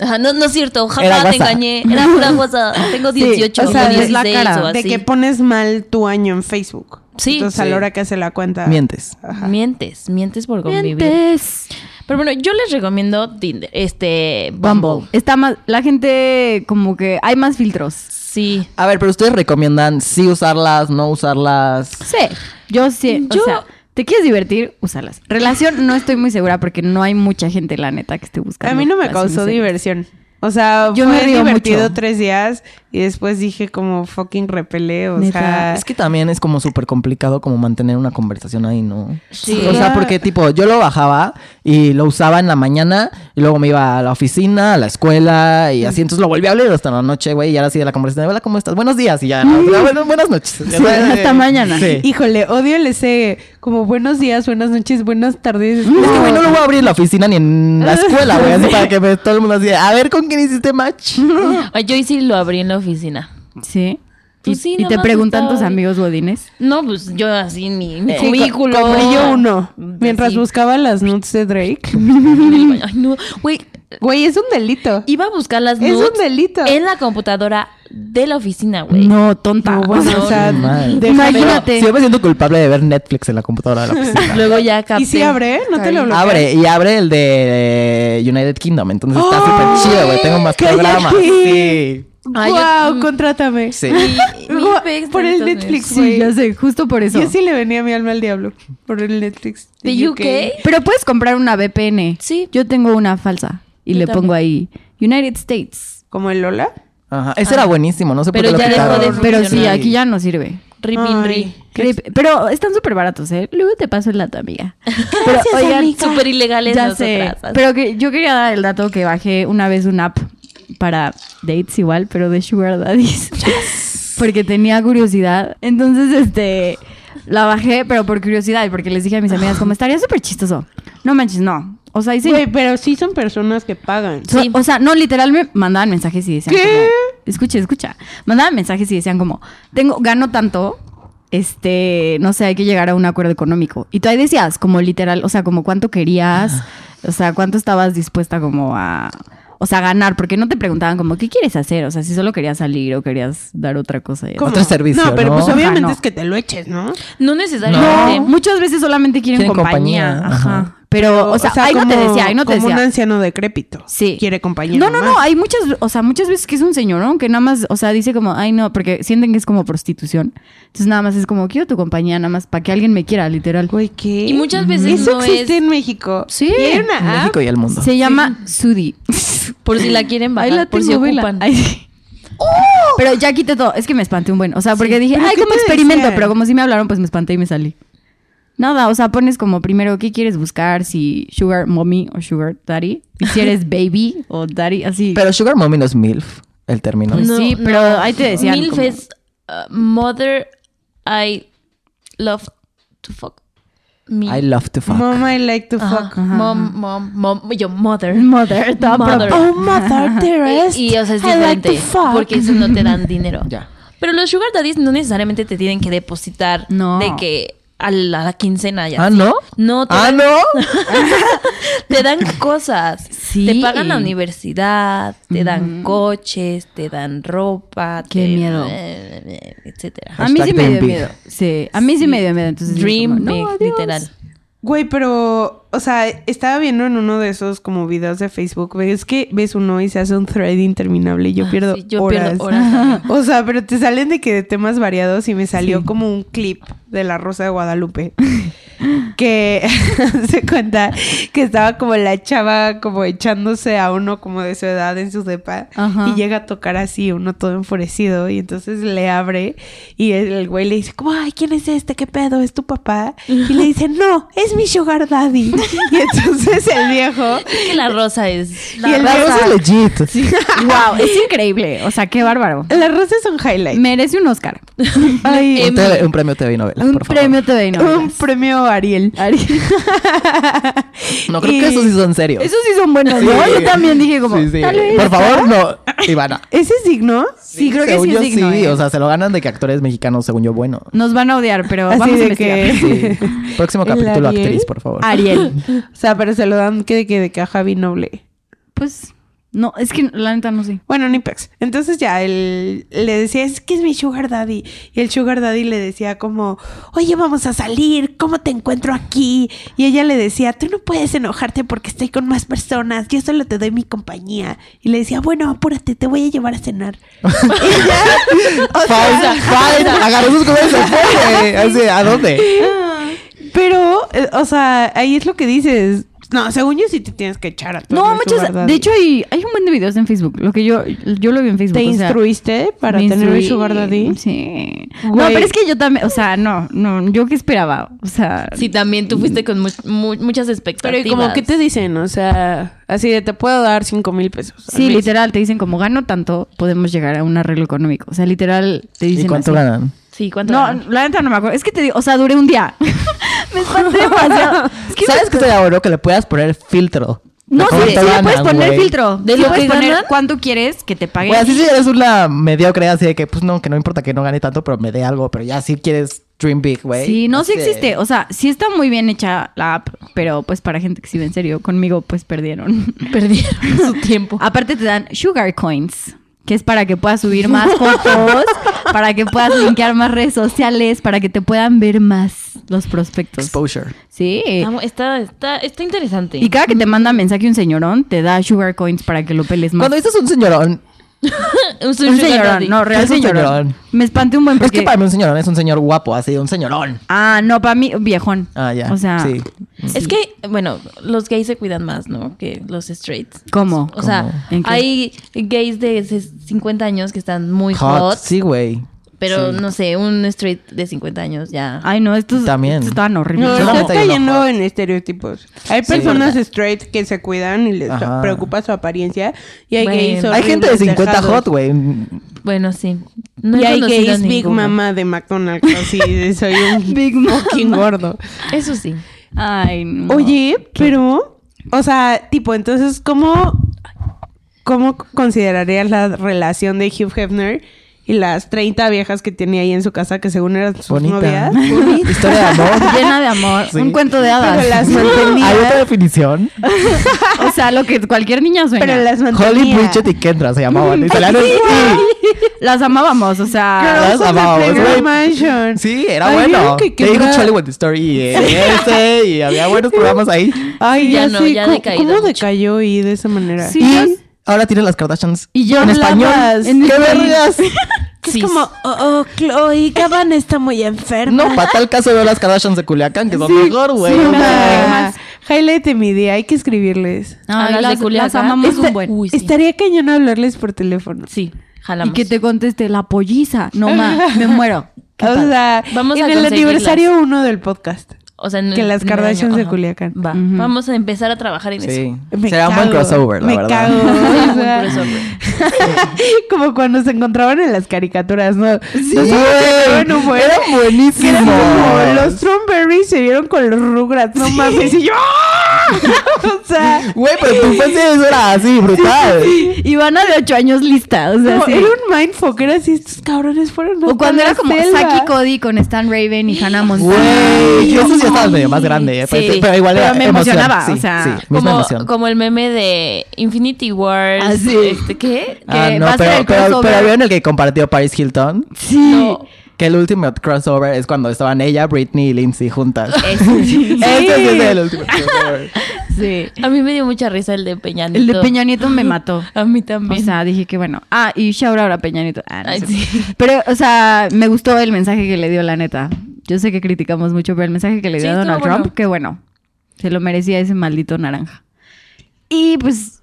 Ajá, no, no es cierto, Era jamás te guasa. engañé. Era pura guasa. Tengo Sí, 18 o sea, o es 16 la cara o así. de que pones mal tu año en Facebook. Sí. Entonces, a Sí. la hora que hace la cuenta. Mientes. Mientes, mientes por convivir. Mientes. Pero bueno, yo les recomiendo Tinder, este Bumble. Bumble. Está más, la gente como que hay más filtros. Sí. A ver, pero ustedes recomiendan sí usarlas, no usarlas. Sí, yo sí. Yo- O sea, ¿te quieres divertir? Úsalas. Relación no estoy muy segura porque no hay mucha gente, la neta, que esté buscando. A mí no me relaciones causó serias. diversión. O sea, Yo fue me río divertido mucho. tres días y después dije como fucking repelé, o Neta. sea... Es que también es como súper complicado como mantener una conversación ahí, ¿no? Sí. O sea, porque tipo, yo lo bajaba y lo usaba en la mañana y luego me iba a la oficina, a la escuela y así. Entonces lo volví a hablar hasta la noche, güey. Y ahora sí de la conversación, hola, ¿cómo estás? Buenos días y ya. ¿no? O sea, bueno, buenas noches. Sí, hasta mañana. Sí. Híjole, odio el ese como buenos días, buenas noches, buenas tardes. Es que, güey, no lo voy a abrir en la oficina ni en la escuela, güey. Así para que me- todo el mundo así, de, a ver, ¿con quién hiciste match? Ay, Yo sí lo abrí en la oficina. Sí. Pues y, sí, y te nomás preguntan estaba tus ahí. amigos godines. No, pues yo así mi, mi Sí, co- cubículo. con brillo uno. Mientras Sí. buscaba las nudes de Drake. Ay, no. Güey, Güey, es un delito. iba a buscar las Es un nudes delito. En la computadora de la oficina, güey. No, tonta. No, bueno, No, o sea, no, mal. déjame- Imagínate. Sí, yo me siento culpable de ver Netflix en la computadora de la oficina. Luego ya capté. ¿Y si abre? ¿No te lo bloqueas? Abre, y abre el de eh, United Kingdom, entonces está ¡Oh! súper chido, güey. Tengo más ¡Cállate! programas. Sí. Ay, yo- wow, mm. contrátame. Sí. Mi- mi Gua- pex, por el entonces. Netflix, Sí, güey. ya sé, justo por eso. Yo sí le venía mi alma al diablo por el Netflix. ¿De UK? Pero puedes comprar una VPN. Sí. Yo tengo una falsa y Yo le también. pongo ahí United States. ¿Como el Lola? Ajá. Ese era buenísimo, no sé por Pero qué lo ya dejó quitaron. de Ah. Pero funcionar. sí, aquí ya no sirve. Rip Ay. in rip. Crip- Pero están súper baratos, ¿eh? Luego te paso el dato, amiga. Pero, Gracias, amiga. Súper ilegales ya sé. nosotras. Pero que yo quería dar el dato que bajé una vez una app para dates igual, pero de Sugar Daddies. Porque tenía curiosidad. Entonces, este, la bajé, pero por curiosidad y porque les dije a mis amigas, como estaría súper chistoso. No manches, no. O sea, hice... Güey, pero sí son personas que pagan. So- Sí. O sea, no, literal me mandaban mensajes y decían ¿Qué? como, escucha, escucha. Mandaban mensajes y decían como, tengo, gano tanto, este, no sé, hay que llegar a un acuerdo económico. Y tú ahí decías, como literal, o sea, como cuánto querías, o sea, cuánto estabas dispuesta como a, o sea, a ganar, porque no te preguntaban como, ¿qué quieres hacer? O sea, si solo querías salir o querías dar otra cosa. y así. ¿Cómo? Otro servicio, No, pero ¿no? pues obviamente Ajá, no. es que te lo eches, ¿no? No No, necesariamente. muchas veces solamente quieren, Quieren compañía. compañía, Ajá. ajá. Pero, o sea, ahí no te como- decía, ahí no te Como decía. un anciano decrépito. Sí. Quiere compañía. No, no, nomás. no. Hay muchas, o sea, muchas veces que es un señorón que nada más, o sea, dice como, ay, no, porque sienten que es como prostitución. Entonces nada más es como, quiero tu compañía, nada más para que alguien me quiera, literal. Güey, ¿qué? Y muchas veces Eso no existe es- en México. Sí. Y hay una Ah. En app. México y el mundo. Se llama Sudi. Por si la quieren bajar, Ahí la por si tengo, vela. ocupan. Ay, sí. Pero ya quité todo. Es que me espanté un buen. O sea, porque dije, ¿Pero ay, qué como te experimento. decían? Pero como si me hablaron, pues me espanté y me salí. Nada, o sea, pones como primero qué quieres buscar, si sugar mommy o sugar daddy, y si eres baby o daddy, así. Pero Sugar Mommy no es MILF. el término. Pues sí, pero ahí te decían Milf como- es uh, mother I love to fuck. Me. I love to fuck. ¿Ah, Mom, I like to Ajá. fuck. Ajá. Mom, mom, mom, yo mother. Mother, todo a Mother. propósito. Oh, mother Teresa. Y, y, o sea, es I like diferente. to fuck. Porque eso no te dan dinero. Ya. Pero los sugar daddies no necesariamente te tienen que depositar No. de que a la, a la quincena ya. Ah, ¿no? No, te, Ah, dan, ¿no? te dan cosas. Sí. Te pagan la universidad, te dan coches, te dan ropa. Qué te- eh, miedo. Etcétera. A mí sí Hashtag me dio Dream Big. miedo. Sí, a mí sí, me dio miedo. Entonces dije Dream como, no, big, adiós. literal. Güey, pero, o sea, estaba viendo en uno de esos como videos de Facebook, ves que ves uno y se hace un thread interminable y yo Ah, pierdo sí, yo horas. pierdo horas también. o sea, pero te salen de que de temas variados y me salió como un clip de La Rosa de Guadalupe que se cuenta que estaba como la chava como echándose a uno como de su edad en su depa Ajá. y llega a tocar así, uno todo enfurecido y entonces le abre y el el güey le dice como, ay, ¿quién es este? ¿Qué pedo? ¿Es tu papá? Y le dice, no, es mi sugar daddy. y entonces el viejo... Que la rosa es. y el La viejo- rosa es legit. Wow, es increíble. O sea, qué bárbaro. La rosa es un highlight. Merece un Oscar. Ay, Un, TV un premio TV y novelas, Em, un por favor. premio te doy, un premio Ariel. No creo Y- que esos sí son serios. Esos sí son buenos, ¿no? Sí. Yo también dije como, Sí, sí. tal vez. Por favor, no. Ivana. ¿Ese es digno? Sí, creo que Según sí yo es digno. sí, ¿eh? o sea, se lo ganan de que actores mexicanos, según yo, bueno. Nos van a odiar, pero Así vamos a de que... investigar. Sí. Próximo ¿El capítulo, ¿eh? Ariel? actriz, por favor. Ariel. O sea, pero se lo dan que de que de que a Javi Noble. Pues, no, es que la neta no sé. Bueno, ni pex. Entonces ya él le decía, es que es mi sugar daddy. Y el sugar daddy le decía como, oye, vamos a salir, ¿cómo te encuentro aquí? Y ella le decía, tú no puedes enojarte porque estoy con más personas, yo solo te doy mi compañía. Y le decía, bueno, apúrate, te voy a llevar a cenar. y ya, o sea, Falsa, falsa. Agarró sus cosas y se fue, güey. Así, ¿a dónde? pero, eh, o sea, ahí es lo que dices. No, según yo sí te tienes que echar a todo No, el sugar muchas. daddy. De hecho, hay, hay un buen de videos en Facebook. Lo que yo, yo lo vi en Facebook. ¿Te o sea, instruiste para me tener un instruí, sugar daddy? Sí. No, Güey. pero es que yo también, o sea, no, no, yo qué esperaba. O sea, Sí, también tú fuiste con much- mu- muchas Pero expectativas. ¿y como que te dicen? O sea, así de te puedo dar cinco mil pesos. al sí mes. literal, te dicen como gano tanto, podemos llegar a un arreglo económico. O sea, literal, te dicen. ¿Y cuánto así. ganan? Sí, ¿cuánto? No, ganan? la neta no me acuerdo. Es que te digo, o sea, duré un día. me espanté demasiado. Es que ¿Sabes qué te ahorró? Que le puedas poner filtro. No, De sí, sí cuánto le puedes ganan, poner güey. filtro. ¿De Sí lo puedes que poner ganan? cuánto quieres que te paguen. Güey, así sí eres una mediocre así de que, pues no, que no importa que no gane tanto, pero me dé algo. Pero ya sí quieres dream big, güey. este, Sí, no, sí Así de- existe. O sea, sí está muy bien hecha la app, pero pues para gente que sí ve en serio, conmigo pues perdieron. Perdieron su tiempo. Aparte te dan sugar coins, que es para que puedas subir más fotos, para que puedas linkear más redes sociales, para que te puedan ver más los prospectos. Exposure. Sí. Ah, Amo, Está, está, está interesante. eh, Y cada que te manda mensaje un señorón, te da sugar coins para que lo peles más. Cuando dices un señorón, un Un sugar daddy. señorón, no, ¿Qué real es un señorón. señorón? Me espanté un buen es que porque... para mí un señorón es un señor guapo, así, un señorón. Ah, no, para mí, viejón. Ah, ya. O sea, sí. Es que, bueno, los gays se cuidan más, ¿no? Que los straights. ¿Cómo? O sea, ¿En qué? hay gays de ses- 50 años que están muy hot, Hot, Sí, güey. pero sí. no sé, un straight de 50 años ya. Ay, no, estos, También. estos estaban No, horribles. Yo la estás neta yo no cayendo juego. en estereotipos. Hay Sí. personas straight que se cuidan y les Ajá. preocupa su apariencia. Y hay Bueno. gays Hay gente de horribles 50 dejados. hot, güey. mm, Bueno, sí. No he y hay conocido gays big ninguno. mama de McDonald's. Así de soy un Big fucking gordo. Eso sí. Ay, no. Oye, pero, o sea, tipo, entonces, ¿cómo, cómo considerarías la relación de Hugh Hefner y las 30 viejas que tenía ahí en su casa que según eran sus Bonita. novias? Historia de amor. Llena de amor. Sí. Un cuento de hadas. Pero las Hay otra mantenía. definición. O sea, lo que cualquier niña sueña. Pero las mantenía. Holly Bridget y Kendra se llamaban. Y se la- Las amábamos, o sea. Claro. Girls las on the amábamos, Playground güey. Mansion. Sí, era Ay, bueno. ¿vieron que Te digo Kendra- Charlie with the Story y eh, este, y había buenos programas ahí. Ay, Sí, ya ya, no, sé, ya ha ¿cómo, decaído cómo mucho. decayó y de esa manera? Sí, yo- Y ahora tiene las Kardashians. Y yo en español. lavas. En ¡Qué español. vergas! Que Sí, es como, sí. oh, oh, Chloe Gavan está muy enferma. No, para tal caso veo las Kardashians de Culiacán, que son mejor, güey. Sí, O no, sea, además, highlight de mi día, hay que escribirles. No, A las de las, Este, Culiacán. las amamos Esta- un buen. Uy, sí. Estaría cañón hablarles por teléfono. Sí, Y jalamos. que te conteste la polliza. No más, me muero. O sea, Vamos en a el conseguirlas. aniversario uno del podcast. O sea, en Que el las primer Kardashians de ajá. Culiacán. Va. Ujú. Vamos a empezar a trabajar en eso. Sí. Será un buen cago, crossover, la me verdad. Cago, o sea, Buen crossover. como cuando se encontraban en las caricaturas, ¿no? Sí, bueno, bueno. Eran buenísimos. Eran como los Thornberrys se vieron con los Rugrats, no mames. Y yo, ¡ah! o sea, Güey, pero tu infancia eso era así, brutal. Ivana de ocho años lista, o sea, como sí. era un mindfuck, era así, estos cabrones fueron. O hasta cuando la era como selva. Saki Cody con Stan Raven y Hannah Montana. Güey, yo eso ya estaba Ay. medio más grande, eh, Sí. pero, pero igual Pero era me emoción, emocionaba, sí, o sea, sí, misma Como, emoción. como el meme de Infinity War. Ah, sí. Este, ¿Qué? Ah, que no, va a ser pero, el pero, crossover. pero vieron el que compartió Paris Hilton, Sí. No. que el último crossover es cuando estaban ella, Britney y Lindsay juntas. Ese. Ese sí es el último crossover. Sí. A mí me dio mucha risa el de Peña Nieto. El de Peña Nieto me mató. A mí O también. sea, dije que bueno. Ah, y shout out a Peña Nieto. Ah, no Ay, sé. sí. Pero, o sea, me gustó el mensaje que le dio, la neta. Yo sé que criticamos mucho, pero el mensaje que le Sí, dio a Donald estuvo Trump, bueno. que bueno, se lo merecía ese maldito naranja. Y pues,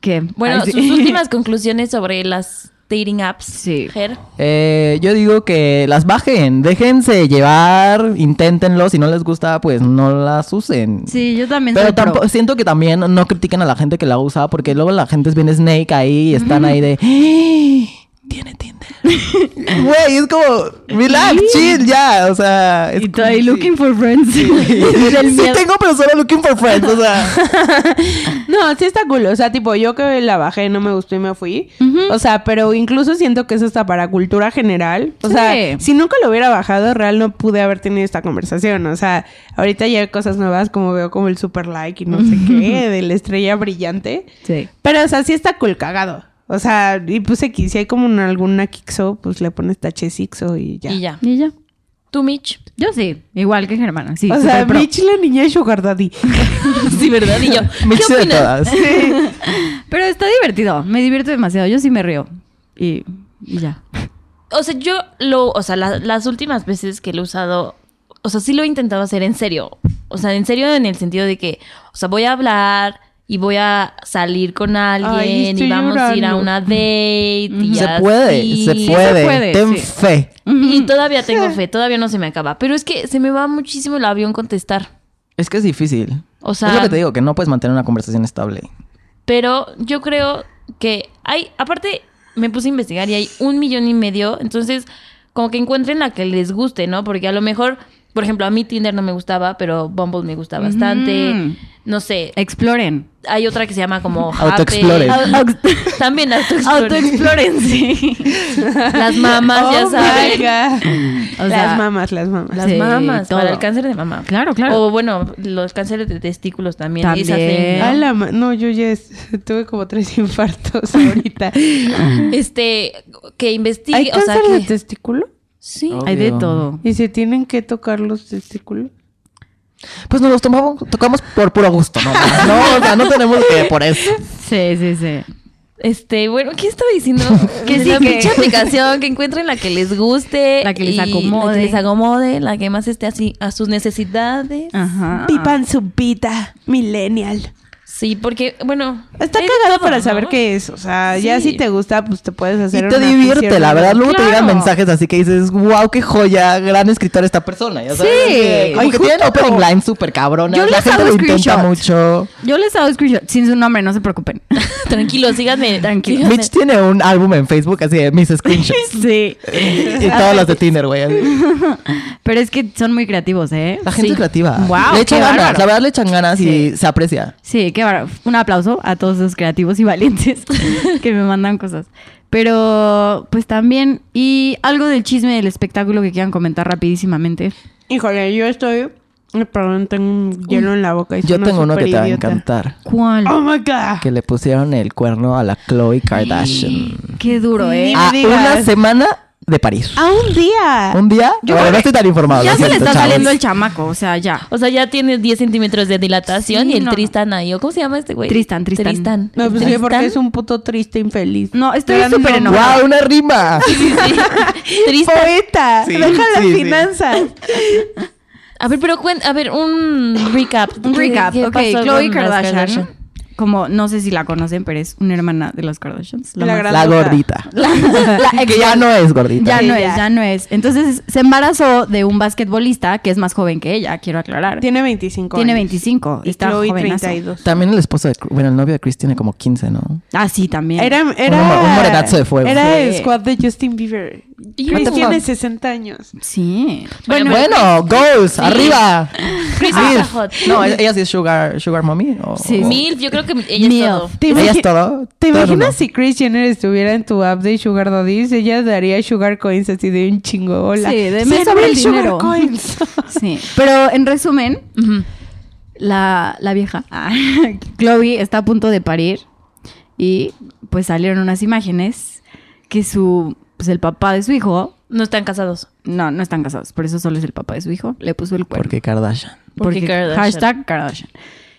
¿qué? bueno, Ay, sí. sus últimas conclusiones sobre las dating apps. Sí. Ger. Eh, yo digo que las bajen, déjense llevar, inténtenlo, si no les gusta, pues no las usen. Sí, yo también Pero soy pro. tampoco, siento que también no critiquen a la gente que la usa, porque luego la gente es bien snake ahí y están ahí de. "¡Ah! Tiene Tinder. Güey, es como, relax, chill, ya. O sea, es Y estoy como- ahí looking for friends. Del Sí miedo. tengo, pero solo looking for friends. O sea, No, sí está cool. O sea, tipo, yo que la bajé, no me gustó y me fui. O sea, pero incluso siento que eso está para cultura general. O Sí. sea, si nunca lo hubiera bajado, real no pude haber tenido esta conversación. O sea, ahorita ya hay cosas nuevas, como veo como el super like y no sé qué, de la estrella brillante. Sí. Pero, o sea, sí está cool cagado. O sea, y puse aquí, si hay como una- alguna Kixo, pues le pones tache Sixo y ya. Y ya. Y ya. Tú, Mitch. Yo sí, igual que Germana. Sí, O sea, súper pro. Mitch la niña de Sugar Daddy. sí, ¿verdad? Y yo. mix ¿Qué de opinas? todas. Pero está divertido. Me divierto demasiado. Yo sí me río. Y, y ya. O sea, yo lo, o sea, la- las últimas veces que lo he usado, o sea, sí lo he intentado hacer en serio. O sea, en serio en el sentido de que, o sea, voy a hablar y voy a salir con alguien Ay, estoy y vamos a ir a llorando. una date. y Se así. puede, se sí se puede. puede, Ten sí. fe. Y todavía tengo fe, todavía no se me acaba. Pero es que se me va muchísimo el avión contestar. Es que es difícil. O sea- es lo que te digo, que no puedes mantener una conversación estable. Pero yo creo que hay, aparte me puse a investigar y hay un millón y medio, entonces como que encuentren la que les guste, ¿no? Porque a lo mejor, por ejemplo, a mí Tinder no me gustaba, pero Bumble me gusta bastante. Mm. Ujú. No sé, Exploren. hay otra que se llama como Happn. Autoexploren. Au- También autoexploren. Autoexploren, sí. Las mamás, ya Oh saben. my God. O sea, las mamas, las mamas. Las Sí, mamas, todo. para el cáncer de mama. Claro, claro. O bueno, los cánceres de testículos también. También. Esa thing, ¿no? A la ma- no, yo ya es- tuve como tres infartos ahorita. Este, que investigue, ¿Hay o sea, cáncer de que- testículo? sí. Hay de Obvio. todo. ¿Y se tienen que tocar los testículos? Pues nos los tomamos, tocamos por puro gusto, ¿no? No, o sea, no tenemos que por eso. Sí, sí, sí. Este, bueno, ¿qué estaba diciendo? Que De sí, la que- pinche aplicación, que encuentren la que les guste. La que les y La acomode. que les acomode, la que más esté así a sus Ah. necesidades. Ajá. Pipan su vida, millennial. Sí, porque, bueno. Está hay de cagado todo, para ¿no? saber qué es. O sea, ya Sí. si te gusta, pues te puedes Y hacer te una divierte, afición, la verdad. Luego te llegan Claro. mensajes así que dices, wow, qué joya, gran escritor esta persona. Ya sabes, Sí. que como Ay, que tienen justo. opening line súper cabrona. Yo La les gente hago lo intenta screenshot. mucho. Yo les hago screenshot sin su nombre, no se preocupen. Tranquilo, síganme. Tranquilo. síganme. Mitch tiene un álbum en Facebook así de mis screenshots. Sí. y todas las de Tinder, güey. así. Pero es que son muy creativos, ¿eh? La gente Sí. es creativa. Guau, le echan qué ganas. bárbaro. La verdad le echan ganas y Sí. se aprecia. Sí, qué bárbaro. Un aplauso a todos los creativos y valientes que me mandan cosas. Pero, pues también, y algo del chisme del espectáculo que quieran comentar rapidísimamente. Híjole, yo estoy. Ay, Perdón, tengo un hielo en la boca. y Yo sueno tengo uno que te va a superidiota. encantar. ¿Cuál? Oh my god. Que le pusieron el cuerno a la Chloe Kardashian. Ah, Qué duro, ¿eh? Ni me a digas. una semana de París. A un día. Un día, Ah, Yo creo ahora no que estoy tan informado. ya lo se le siento, está chavos. saliendo el chamaco, o sea, ya. O sea, ya tiene 10 centímetros de dilatación Sí, y el no. Tristan ahí. ¿o ¿Cómo se llama este güey? Tristan, Tristan. Tristan. No, pues sí, Tristan. porque es un puto triste infeliz. No, estoy Gran súper nombre. enojada. ¡Wow! ¡Una rima! Tristan. Poeta, Sí, deja las sí, sí. finanzas. A ver, pero cuen- a ver, un recap. Un recap. ¿Qué Ok, pasó Khloe con las Kardashian. como, no sé si la conocen, pero es una hermana de los Kardashians. La La más- gran- La grandota. gordita. la que ya no es gordita. Ya Sí, no ya. es, ya no es. Entonces se embarazó de un basquetbolista que es más joven que ella, quiero aclarar. Tiene, Tiene 25 años. 25, Y está Chloe, jovenazo. 32. También el esposo de, bueno, el novio de Chris tiene como 15, ¿no? Ah, sí, también. Era, Un era mo- un morenazo de fuego. Era el Sí. squad de Justin Bieber. Y What Chris the tiene fuck? 60 años. Sí. Bueno, Bueno, pero- goals, arriba. Chris Milf. está hot. No, e- ella sí es sugar, sugar mommy. O, Sí. o- Milf, yo creo que ella Milf. es todo. ¿Te, ella imagi- es todo. ¿Te todo imaginas mundo. si Chris Jenner estuviera en tu app de Sugar Daddies? Ella daría Sugar Coins así de un chingo. Hola. Sí, de ¡Cien me sobra el mil dinero. Sugar Coins. Sí. Pero en resumen, Ujú. la, la vieja, Chloe, está a punto de parir y pues salieron unas imágenes que su, pues el papá de su hijo, No están casados. no, no están casados, por eso solo es el papá de su hijo, le puso el cuerno. Porque Kardashian. Porque Kardashian. Hashtag Kardashian.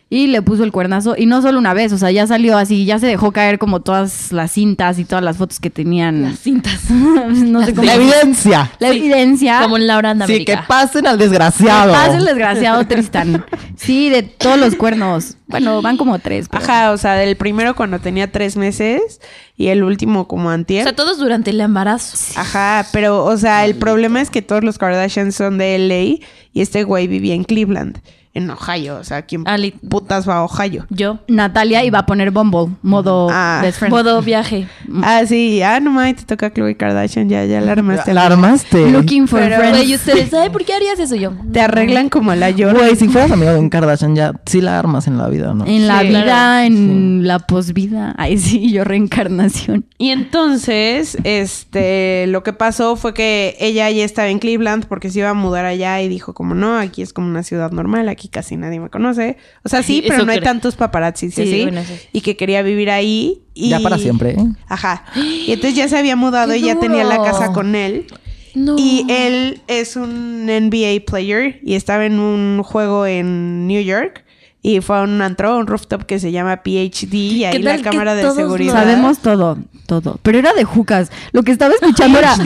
Y le puso el cuernazo, y no solo una vez, o sea, ya salió así, ya se dejó caer como todas las cintas y todas las fotos que tenían. Las cintas. Mm. no sé cómo. La evidencia. La Sí. evidencia. Como en Laura en Sí, que América. pasen al Que desgraciado. pase el desgraciado Tristan. Sí, de todos los cuernos. Bueno, van como tres. pero- Ajá, o sea, del primero cuando tenía tres meses y el último como o antier. sea, todos durante el embarazo. Ah, Ajá, pero, o sea, el problema es que todos los Kardashians son de LA y este güey vivía en Cleveland, en Ohio. O sea, ¿quién Ali- putas va a Ohio? Yo. Natalia iba a poner Bumble, modo Ah. best friend. Modo viaje. Mm. Ah, sí, ah, no mames, te toca Chloe Kardashian, ya, ya la armaste. La armaste. Looking for Pero- friends. Güey, ustedes, ¿saben por qué harías eso yo? Te arreglan como la yo. Güey, si fueras amigo de un Kardashian, ya sí la armas en la vida, ¿no? En la Sí, vida, claro. en la posvida. Ahí sí, yo reencarnación. Y entonces, este, lo que pasó fue que ella ya estaba en Cleveland porque se iba a mudar allá y dijo como no, aquí es como una ciudad normal, aquí casi nadie me conoce. O sea, sí, Eso pero no hay creo. tantos paparazzis, Sí, sí, bueno, eso sí. Y que quería vivir ahí y Ya para siempre. ¿eh? Ajá. Y entonces ya se había mudado ¡Qué y ya tenía la duro! casa con él. No. Y eh, él es un NBA player y estaba en un juego en New York y fue a un antro, un rooftop que se llama PhD y ahí tal la que cámara de todos lo seguridad. Sabemos todo, todo. Pero era de jucas. Lo que estaba escuchando era. o sea,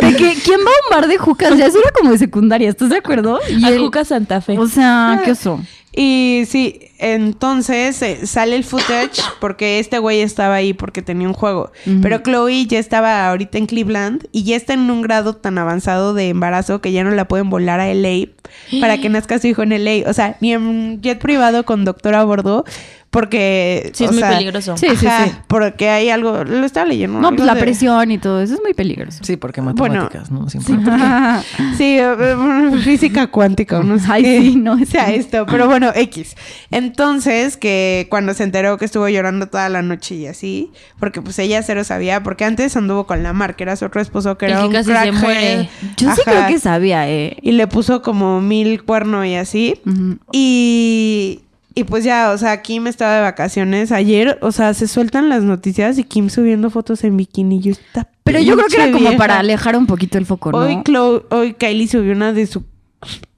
de que, ¿Quién va a un bar de jucas? Ya eso era como de secundaria, ¿estás de acuerdo? Y A él- Juca Santa Fe. O sea, qué oso. Y sí, entonces eh, sale el footage porque este güey estaba ahí porque tenía un juego. Ujú. Pero Chloe ya estaba ahorita en Cleveland y ya está en un grado tan avanzado de embarazo que ya no la pueden volar a LA para que nazca su hijo en LA. O sea, ni en jet privado con doctor a bordo porque... Sí, es o muy sea, peligroso. Sí, sí, ajá, sí. Porque hay algo... Lo estaba leyendo. No, algo pues la de- presión y todo eso es muy peligroso. Sí, porque matemáticas, matemáticas, ¿no? Siempre. Sí, eh, bueno, física cuántica, no sé. Ay, sí, no, O sea sí. esto, pero bueno, X. Entonces, que cuando se enteró que estuvo llorando toda la noche y así, porque pues ella cero sabía, porque antes anduvo con Lamar, que era su otro esposo, que El era que un casi se crackhead. muere. Yo sí Ajá. creo que sabía, ¿eh? Y le puso como mil cuerno y así. Ujú. Y, y pues ya, o sea, Kim estaba de vacaciones ayer, o sea, se sueltan las noticias y Kim subiendo fotos en bikini. Yo, esta Pero yo creo que era pinche como vieja. para alejar un poquito el foco, ¿no? Hoy, Chloe- hoy Kylie subió una de su-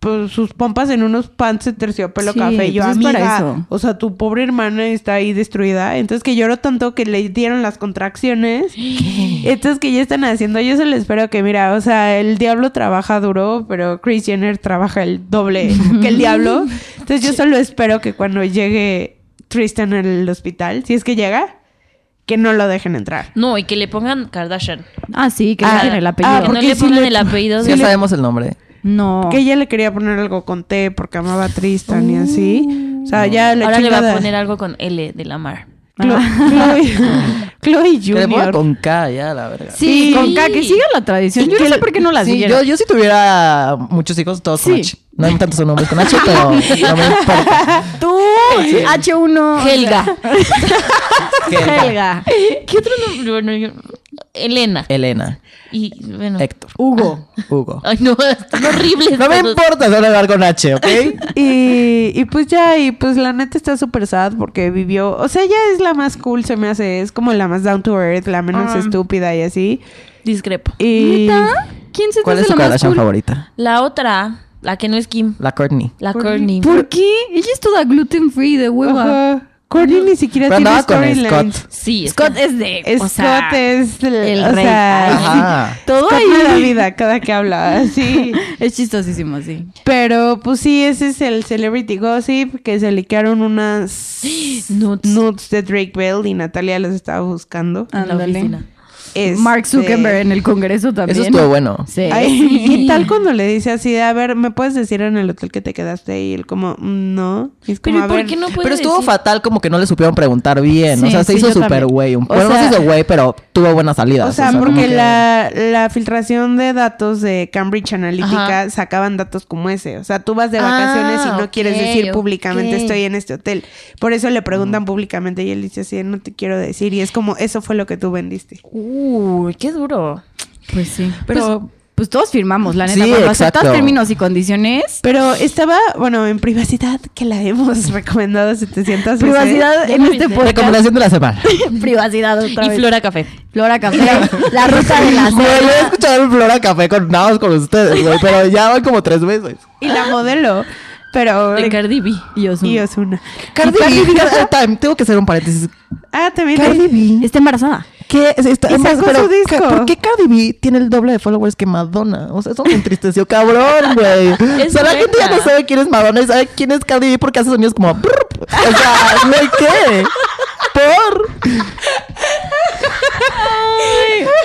pues, sus pompas en unos pants de terciopelo Sí, café. Yo, pues es amiga, para eso. o sea, tu pobre hermana está ahí destruida. Entonces, que lloró tanto que le dieron las contracciones. Entonces, que ya están haciendo. Yo solo espero que, mira, o sea, el diablo trabaja duro, pero Chris Jenner trabaja el doble que el diablo. Entonces, yo solo espero que cuando llegue Tristan al hospital, si es que llega, que no lo dejen entrar. No, y que le pongan Kardashian. Ah, sí, que Ah, era en el apellido. ah, que no porque le sí pongan le- el apellido ya de... sabemos el nombre. No. Que ella le quería poner algo con T porque amaba a Tristan y así. O sea, ya la Oh. Ahora le va chingada. a poner algo con L de Lamar. Chlo- Chloe, Chloe Que le ponga Junior. con K, ya, la verga. Sí, Sí. con K, que siga la tradición. Yo no sé por qué no la Sí, siguieron. yo, yo si tuviera muchos hijos, todos con Sí. H. No hay tantos nombres con H, pero no me importa. Tú, H1. Helga. Que- Helga. ¿Qué otro nombre? Bueno, yo- Elena. Elena, Y bueno. Héctor, Hugo. Hugo. Ay, no, están horribles. No me todos. importa solo hablar con H, Este ¿ok? Y, y pues ya, y pues la neta está súper sad porque vivió. O sea, ella es la más cool, se me hace. Es como la más down to earth, la menos Ah. estúpida y así. Discrepo. Y. ¿Neta? ¿Quién se te ¿Cuál hace es tu la más Kardashian cool? favorita? La otra, la que no es Kim, La Courtney. la Courtney. ¿Por qué? Ella es toda gluten free de hueva. Ajá. Courtney ni siquiera Pero tiene andaba con storylines. Scott. Sí, es Scott que- es de. o Scott sea, es el, el o rey. sea, Ajá. todo Scott ahí me de la da- vida cada que habla, sí. Es chistosísimo, sí. Pero pues sí, ese es el celebrity gossip que se liquearon unas Nudes. nudes de Drake Bell y Natalia los estaba buscando. en la Ándale. oficina. Este- Mark Zuckerberg en el Congreso también. Eso estuvo bueno. Sí. Ay, ¿Qué tal cuando le dice así de, a ver, ¿me puedes decir en el hotel que te quedaste? Y él como, "Mm, no. Y es como, Pero "A ¿y ¿por ver, qué no puede Pero estuvo decir? fatal como que no le supieron preguntar bien. o Sí, sea, se sí, hizo yo súper también. güey. un- O Bueno, no sea- se hizo güey, pero tuvo buenas salidas. O sea, como porque que- la, la filtración de datos de Cambridge Analytica Ajá. sacaban datos como ese. O sea, tú vas de Ah, vacaciones y no quieres ok, decir públicamente ok. estoy en este hotel. Por eso le preguntan públicamente y él dice así, no te quiero decir. Y es como, eso fue lo que tú vendiste. Uy, qué duro. Pues sí. Pero- Pues, pues todos firmamos, la neta. Sí, Cuando exacto. aceptas términos y condiciones. Pero estaba, bueno, en privacidad, que la hemos recomendado 700 pues, veces. Privacidad Ya en me este avisé. podcast. Recomendación de la semana. privacidad otra Y vez. Flora Café. Flora Café. la ruta de la Güey, yo he seda. escuchado el Flora Café con nada más con ustedes, güey. Pero ya van como tres veces. Y la modelo. Pero... De Cardi B. Y Ozuna. Y Ozuna. Cardi B, eh, time, tengo que hacer un paréntesis. Ah, también. Cardi B. Está embarazada. ¿Qué? Es esta- Y es más, sacó pero su disco. ca- ¿Por qué Cardi B tiene el doble de followers que Madonna? O sea, eso me entristeció, cabrón, güey. O Es sea, la gente ya buena. no sabe quién es Madonna y sabe quién es Cardi B porque hace sonidos como... "Brrp". O sea, ¿no hay qué? ¿Por?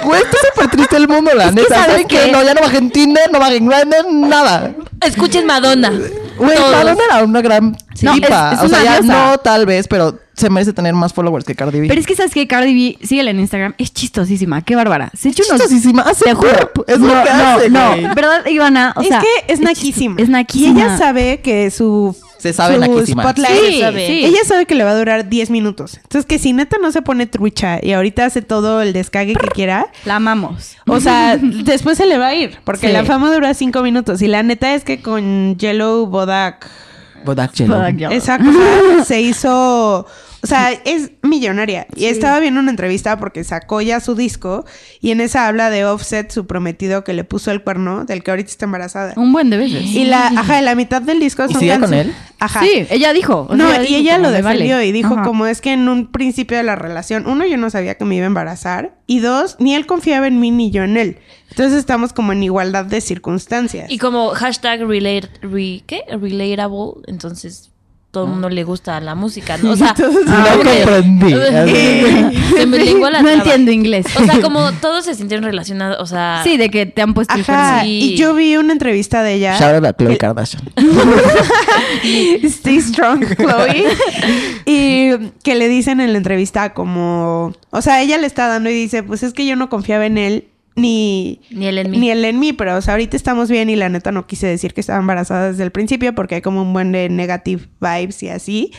Güey, está súper triste el mundo, la neta. ¿sabes ¿Saben qué? qué? No, ya no bajé en Tinder, no bajé en Grindr, nada. Escuchen Madonna. Güey, Todos. Madonna era una gran No, es- tipa. es o sea, una ya diosa. no tal vez, pero se merece tener más followers que Cardi B. Pero es que sabes que Cardi B, síguela en Instagram, es chistosísima, qué bárbara. Se echa unos- chistosísima. Hace burp. Es lo que hace, no, güey. ¿verdad, Ivana? O sea, es que es naquísima. chis- Es Y naquísima. ella sabe que su... Se sabe su naquísima. spotlight- Sí, sabe. sí. Ella sabe que le va a durar 10 minutos. Entonces, que si neta no se pone trucha y ahorita hace todo el descague que quiera, La amamos. o sea, después se le va a ir. Porque Sí. la fama dura 5 minutos. Y la neta es que con Yellow Bodak, Bodak Yellow. Bodak Yellow. esa cosa se hizo... O sea, es millonaria. Y estaba viendo una entrevista porque sacó ya su disco y en esa habla de Offset, su prometido que le puso el cuerno, del que ahorita está embarazada. Un buen de veces. Y la, ajá, la mitad del disco ¿Y son sigue con canciones- él? Ajá. Sí, ella dijo. o No, sea, y dijo ella como, lo "Me vale". defendió y dijo Ajá. como es que en un principio de la relación, uno, yo no sabía que me iba a embarazar y dos, ni él confiaba en mí ni yo en él. Entonces estamos como en igualdad de circunstancias. Y como hashtag relate, re- ¿qué? relatable, entonces todo el mundo le gusta la música, ¿no? O sea, Entonces, Ah, como no que- comprendí. se me lengua la No traba. entiendo inglés. O sea, como todos se sintieron relacionados, o sea, Sí, de que te han puesto el Ajá, cuerno. y yo vi una entrevista de ella. Shout out a Khloe Kardashian. Stay strong, Chloe. y que le dicen en la entrevista como, o sea, ella le está dando y dice, pues es que yo no confiaba en él ni ni él en mí. Ni él en mí, pero o sea, ahorita estamos bien y la neta no quise decir que estaba embarazada desde el principio porque hay como un buen de negative vibes y así.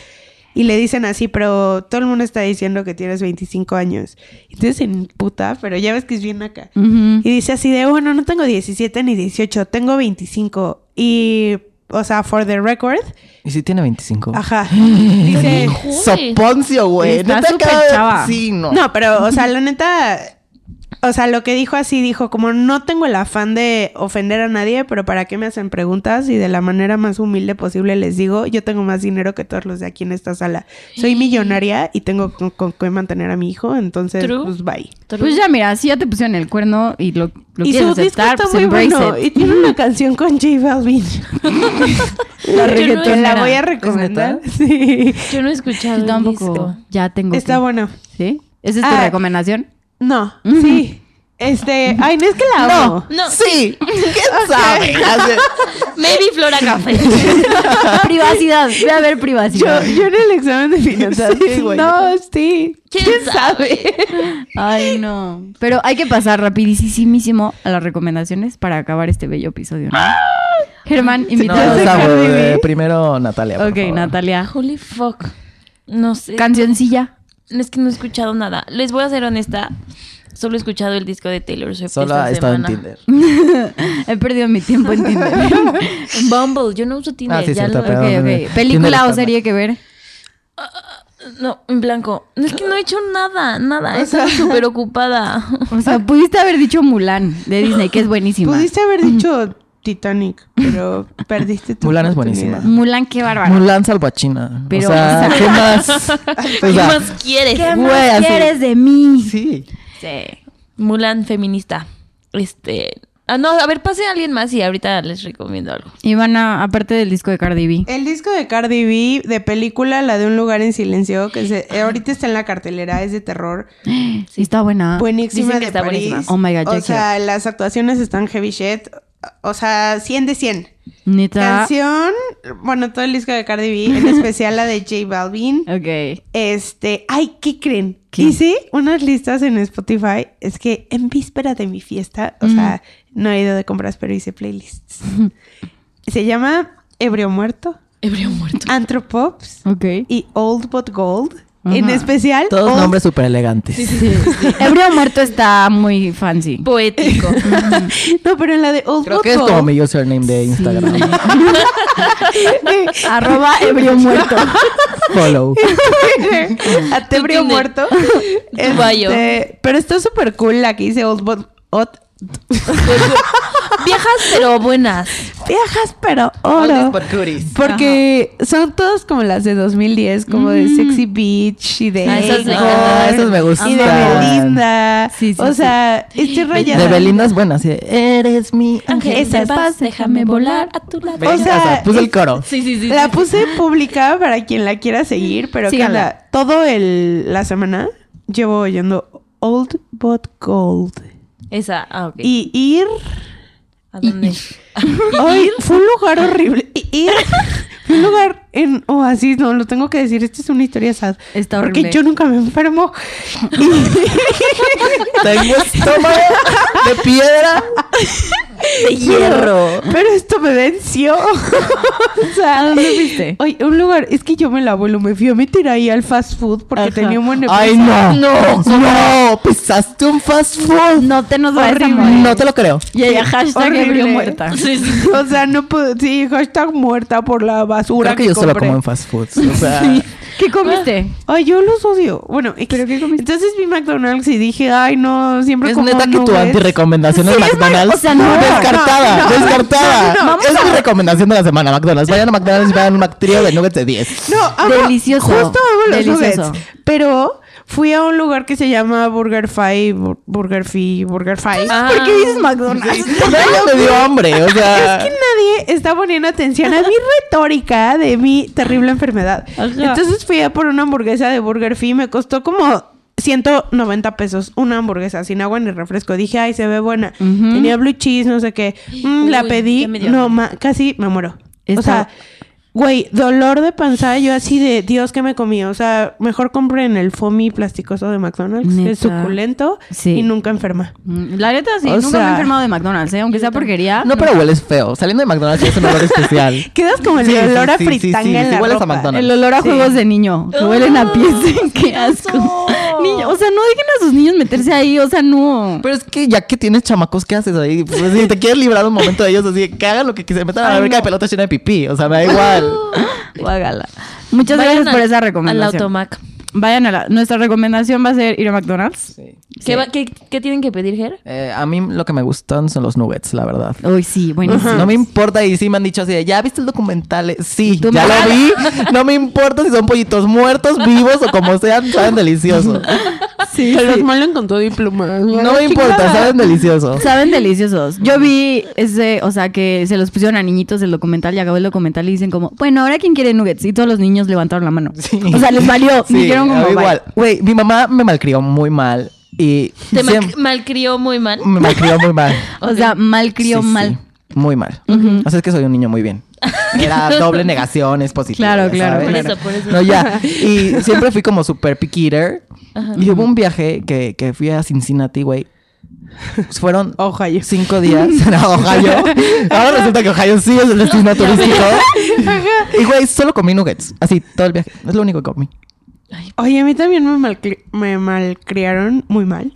Y le dicen así, pero todo el mundo está diciendo que tienes 25 años. Entonces en puta, pero ya ves que es bien acá. Ujú. Y dice así de, bueno, no tengo 17 ni 18, tengo 25. Y, o sea, for the record, Y sí tiene Oh. 25. ajá. Dice, Uy. Soponcio, güey. Está Neta, súper cada- chava. Sí, no. No, pero, o sea, la neta. O sea, lo que dijo así, dijo como no tengo el afán de ofender a nadie, pero para qué me hacen preguntas y de la manera más humilde posible les digo, yo tengo más dinero que todos los de aquí en esta sala. Soy millonaria y tengo con, con qué mantener a mi hijo, entonces True. pues bye. Pues ya, mira, si ya te pusieron el cuerno y lo, lo y su quieres disco aceptar, está pues muy embrace bueno it. y tiene una canción con J Balvin. Yo no- Te la voy a recomendar. Sí. Yo no he escuchado Yo el tampoco. disco. Ya tengo. Está que- bueno. ¿Sí? ¿Esa es tu Ah. recomendación? No, sí. Este, ay, no es que la No. amo. No, Sí. ¿Quién sabe? Hace- maybe Flora Café. privacidad. Voy a ver Yo, privacidad. yo en el examen de finanzas. Sí, güey. no, sí. ¿Quién sabe? Ay, no. Pero hay que pasar rapidísimo a las recomendaciones para acabar este bello episodio, ¿no? Germán, Ah. No, invitado. o de sea, Cardi güey, B. eh, primero Natalia. por ok, favor. Natalia. Holy fuck. No sé. Cancioncilla. es que no he escuchado nada. Les voy a ser honesta. Solo he escuchado el disco de Taylor Swift. Solo esta ha estado en semana. Tinder. He perdido mi tiempo en Tinder. En Bumble. Yo no uso Tinder. Ah, sí, ya cierto, lo- perdón. ok, ok. ¿Película o serie que ver? No, en blanco. No, es que no he hecho nada, nada. He estado súper ocupada. O sea, pudiste haber dicho Mulan de Disney, que es buenísima. Pudiste haber dicho Titanic, pero perdiste tu Mulan es oportunidad. buenísima. Mulan, qué bárbaro. Mulan salvachina. Pero- o sea, ¿qué más? O ¿Qué sea, más quieres? ¿Qué Güey, más así- quieres de mí? Sí. Sí. Mulan feminista. Este. Ah, no, a ver, pase a alguien más y ahorita les recomiendo algo. Y van a, aparte del disco de Cardi B. El disco de Cardi B de película La de un lugar en silencio que se- eh, ahorita está en la cartelera es de terror Sí, está buena. buenísima Dicen de que está París. buenísima. Oh my God, o ya sea las actuaciones están heavy shit o sea 100 de 100 Neta. canción bueno todo el disco de Cardi B en especial la de J Balvin Ok. Este, ay, ¿qué creen? ¿Qué? Hice unas listas en Spotify. Es que en víspera de mi fiesta, o sea, no he ido de compras, pero hice playlists. Se llama Ebrio Muerto, Hebreo muerto. Anthropops Ok. y Old But Gold. Ajá. En especial, Todos Old- nombres súper elegantes. Hebreo muerto está muy fancy. Poético. No, pero en la de Old Creo But que es Gold. como mi username de Instagram. Arroba ebrio muerto. Follow. A Tebrio Tinder. Muerto. bio. Este, pero está súper cool la que hice Old But Ot- Viejas pero buenas. Viejas, pero oro. Porque son todas como las de 2010, como de Sexy Beach y de. Ah, esas me Elgort, encantan. Esas me Y de gustan. Belinda. Sí, sí, o sí. sea, estoy rayada. De Belinda es buena, así de, eres mi ángel. Ángel, Esas. de paz, déjame volar a tu lado. Ve, O sea, puse el coro. Sí, sí, sí. La puse pública para quien la quiera seguir, pero que Síganla. la- todo el, la semana llevo oyendo Old But Gold. Esa, ah, ok. Y ir. ¿A dónde? Hoy fue un lugar horrible. Y ir. Fue un lugar en Oasis, no, lo tengo que decir. Esta es una historia sad. Está horrible. Porque yo nunca me enfermo. Tengo estómago de piedra. De hierro. Pero esto me venció. o sea, ¿Dónde fuiste? Oye, un lugar, es que yo me la abuelo, me fui a meter ahí al fast food porque Ajá. tenía un buen Ay, no. No, no. Pisaste un fast food. No te nos vayas a Horrible. morir. No te lo creo. Y ella, hashtag Horrible. ebrio muerta. Sí, sí. O sea, no puedo, sí, hashtag muerta por la basura. Creo que yo solo como en fast food. O sea, ¿Qué comiste? Ay, yo los odio. Bueno, ex- ¿Pero qué comiste? entonces vi McDonald's y dije, ay, no, siempre es como neta que tu nubes. antirecomendación es McDonald's. o sea, no. Descartada, No, no, descartada. no, no, no. es mi recomendación de la semana, McDonald's. Vayan a McDonald's y vean un McTrio de nuggets de 10. No, amo- Delicioso. Justo amo los Delicioso. nuggets. Pero fui a un lugar que se llama Burger Fi, Bur- Burger Fi, Burger Fi. Ah. ¿Por qué dices McDonald's? Nadie me dio hambre, o sea. Es que nadie está poniendo atención a mi retórica de mi terrible enfermedad. Entonces fui a por una hamburguesa de Burger Fee, me costó como 190 pesos una hamburguesa sin agua ni refresco. Dije, ay, se ve buena. Ujú. Tenía blue cheese, no sé qué. Mm, Uy, la pedí, ya me dio no, hambre. ma- casi me muero. Está- O sea, güey, dolor de panza, yo así de Dios que me comí. O sea, mejor compré en el foamy plasticoso de McDonald's, que es Neta. suculento Sí. y nunca enferma. Mm, La neta, sí. O nunca me he sea- enfermado de McDonald's, ¿eh? Aunque sea porquería. No, pero hueles feo. Saliendo de McDonald's es un olor especial. Quedas como el ¿Eh? Sí, sí, olor a sí, sí, sí, fritanga sí, en la hueles a ropa. McDonald's. El olor a Sí. juegos de niño. Que huelen a pies. Ah, Qué asco. Pues, asqueroso. Niño, o sea, no dejen a sus niños meterse ahí. O sea, no. Pero es que ya que tienes chamacos, ¿qué haces ahí? Pues, si te quieres librar un momento de ellos, así que hagan lo que quieran. Metan a la Ay, alberca no. de pelota llena de pipí. O sea, me da igual. Guágala. Muchas Vayan gracias por al- esa Al recomendación. automac. Vayan a la. Nuestra recomendación va a ser ir a McDonald's. ¿Qué, va- qué, qué tienen que pedir, Ger? Eh, a mí lo que me gustan son los nuggets, la verdad. Uy, sí, buenísimo. Pues, No me importa, y sí me han dicho así de, ¿ya viste el documental? Eh, Sí, Tú ya me- lo vi. No me importa si son pollitos muertos, vivos o como sean, saben delicioso. Sí, se los malen con todo y plumas. No me importa, saben delicioso. Saben deliciosos. Yo vi ese, o sea, que se los pusieron a niñitos del documental y acabó el documental y dicen como, bueno, ahora quién quiere nuggets. Y todos los niños levantaron la mano. O sea, les valió. Sí, Dijeron como, a mí "Bye". igual. Güey, mi mamá me malcrió muy mal y Te ma- siempre- malcrió muy mal. Mm. me malcrió muy mal. O sea, mal crió Sí, sí, mal. muy mal. O sea, es que soy un niño muy bien. Era doble negación, es positivo. Claro, ya claro, sabes. claro. Por eso, por eso. No, ya. Y siempre fui como super picky eater. Y hubo un viaje que, que fui a Cincinnati, güey. Fueron Ohio. cinco días. No, Ohio. Ahora resulta que Ohio sí es el destino turístico. Y, güey, solo comí nuggets. Así, todo el viaje. Es lo único que comí. Oye, a mí también me, malcri- me malcriaron muy mal.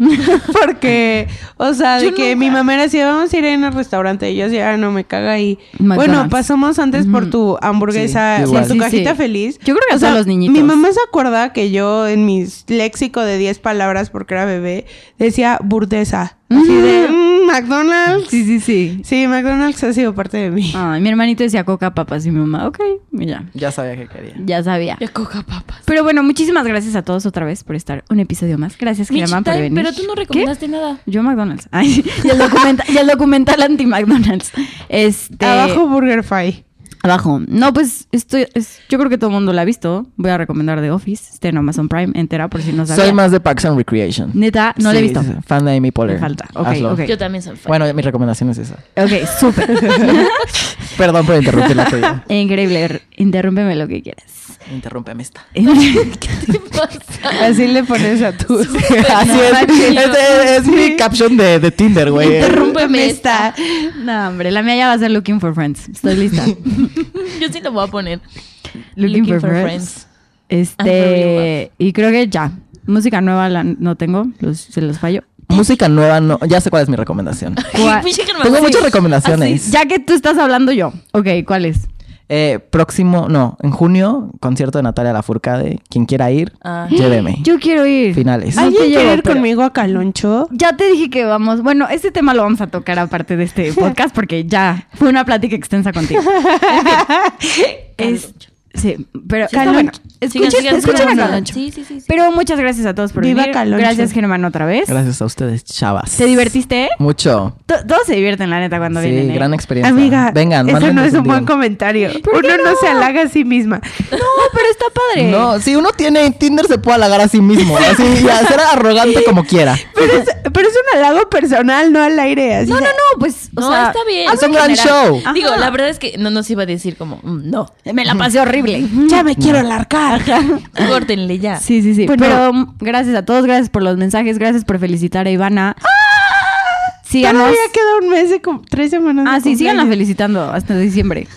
Porque, o sea, de Yo que nunca- mi mamá era así, vamos a ir en el restaurante. Y yo decía, ah, no, me caga ahí. McDonald's. Bueno, pasamos antes por tu hamburguesa, Sí, por igual. tu Sí, sí, cajita sí. feliz. Yo creo que a O sea, todos los niñitos. Mi mamá se acuerda que yo en mi léxico de 10 palabras, porque era bebé, decía burdesa. Así de, "Mm, McDonald's. Sí, sí, sí. Sí, McDonald's ha sido parte de mí. Ay, mi hermanito decía coca, papas y mi mamá, ok, mira, Ya sabía que quería. ya sabía. Ya coca papas. Pero bueno, muchísimas gracias a todos otra vez por estar un episodio más. Gracias, Germán, por Michita, venir. pero tú no ¿Qué? recomendaste nada. Yo McDonald's. Ay, y, el documenta- y el documental anti-McDonald's. Este, Abajo Burger Fi. Abajo. No, pues estoy, es- yo creo que todo el mundo la ha visto. Voy a recomendar The Office. Está en Amazon Prime entera por si no sabía. Soy más de Parks and Recreation. Neta, no la he Sí, visto. sí, sí. Fan de Amy Poehler. Me falta. Ok, Hazlo. ok. Yo también soy fan. Bueno, mi recomendación es esa. Ok, súper. Perdón por interrumpir la tuya. Increíble. R- Interrúmpeme lo que quieras. Interrúmpeme esta. ¿Qué pasa? Así le pones a tu. Así es. manches. Es, es- es mi caption de, de Tinder, güey. Interrúmpeme esta. no, hombre, la mía ya va a ser Looking for Friends. Estoy lista. Yo sí lo voy a poner. Looking, for, friends. Este, y creo que ya. Música nueva la- no tengo, los- se los fallo. Música nueva, no. Ya sé cuál es mi recomendación. Gua- Pinche Germán, Tengo sí. muchas recomendaciones. Ah, Ya que tú estás hablando yo. Ok, ¿cuál es? Eh, próximo, no, en junio, concierto de Natalia Lafourcade. Quien quiera ir, Ah. lléveme. Yo quiero ir. Finales. Ay, ¿Alguien te llevo, quiere ir pero- conmigo a Caloncho? Ya te dije que vamos. Bueno, este tema lo vamos a tocar aparte de este podcast porque ya fue una plática extensa contigo. Es- sí, pero está Caloncho. bueno. Sigan, Escuchen, sigan, escuchen sigan, a sigan. Caloncho. Sí, sí, sí. sí. Pero muchas gracias a todos por Viva venir. Caloncho. Gracias, Germán, otra vez. Gracias a ustedes, chavas. ¿Te divertiste? Mucho. To- Todos se divierten, la neta, cuando sí, vienen. ¿eh? gran experiencia. Amiga, vengan, eso no mándenos es un buen DM. comentario. ¿Por qué Uno no? no? se halaga a sí misma. No, pero está padre. No, si uno tiene Tinder se puede halagar a sí mismo, así y a ser arrogante como quiera. Pero es, pero es un halago personal, no al aire. así No, no, de- no, pues. o No, sea, está bien. hablo Es un en gran general. show. Digo, Ajá. la verdad es que no nos iba a decir como, mm, no, Me la pasé horrible. Ya me quiero alargar. córtenle ya. Sí, sí, sí. Ah. Bueno. Pero mm, gracias a todos, gracias por los mensajes, gracias por felicitar a Ivana. Síganos. ¡Ah! Todavía queda un mes de cum- tres semanas. de Ah, sí, síganla cumpleaños. felicitando hasta diciembre.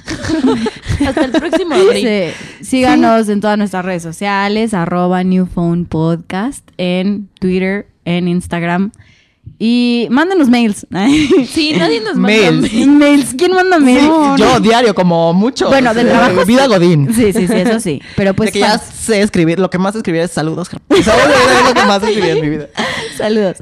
Hasta el próximo abril. Sí, síganos en todas nuestras redes sociales, arroba New Phone Podcast, en Twitter, en Instagram. Y mándenos mails. Sí, nadie nos manda Mails. mail. mails. ¿Quién manda mails? Sí, yo diario como mucho. Bueno, del Eh, trabajo. Vida Godín. Sí, sí, sí, eso sí. Pero pues de que ya fans. sé escribir, lo que más escribí es saludos. Saludos es lo que más escribí en mi vida. saludos.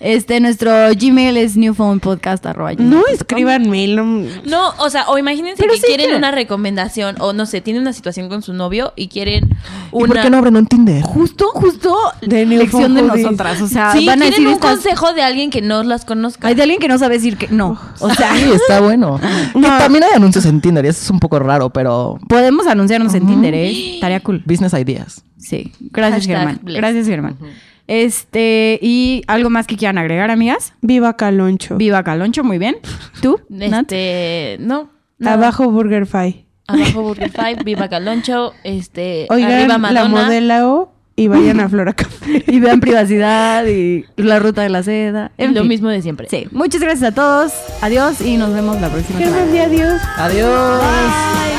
Este, nuestro Gmail es newphonepodcast arroba gmail No punto com. escriban mail. No. No, o sea, o imagínense Pero que sí quieren quieren. una recomendación o no sé, tienen una situación con su novio y quieren una ¿Y por qué no abren un Tinder? Justo, justo De New lección de Phone Hoodies. nosotras. O sea, Sí, van a quieren decir un estas- consejo de alguien que no las conozca. Hay de alguien que no sabe decir que no. O sea, Sí, está bueno. Que No. también hay anuncios en Tinder y eso es un poco raro, pero podemos anunciarnos en Tinder, ¿eh? Tarea cool. business ideas. Sí. Gracias, Hashtag Germán. blessed. Gracias, Germán. Este, y algo más que quieran agregar, amigas. Viva Caloncho. Viva Caloncho, muy bien. ¿Tú? Nat? Este, no. nada. Abajo Burger Fi. Abajo Burger Five, viva Caloncho, este, arriba Oigan la Madonna. modela O y vayan a Flora Café. Y vean privacidad y la ruta de la seda. En lo fin. mismo de siempre. Sí. Muchas gracias a todos. Adiós y nos vemos la próxima semana. Germán, di adiós. Adiós. Bye.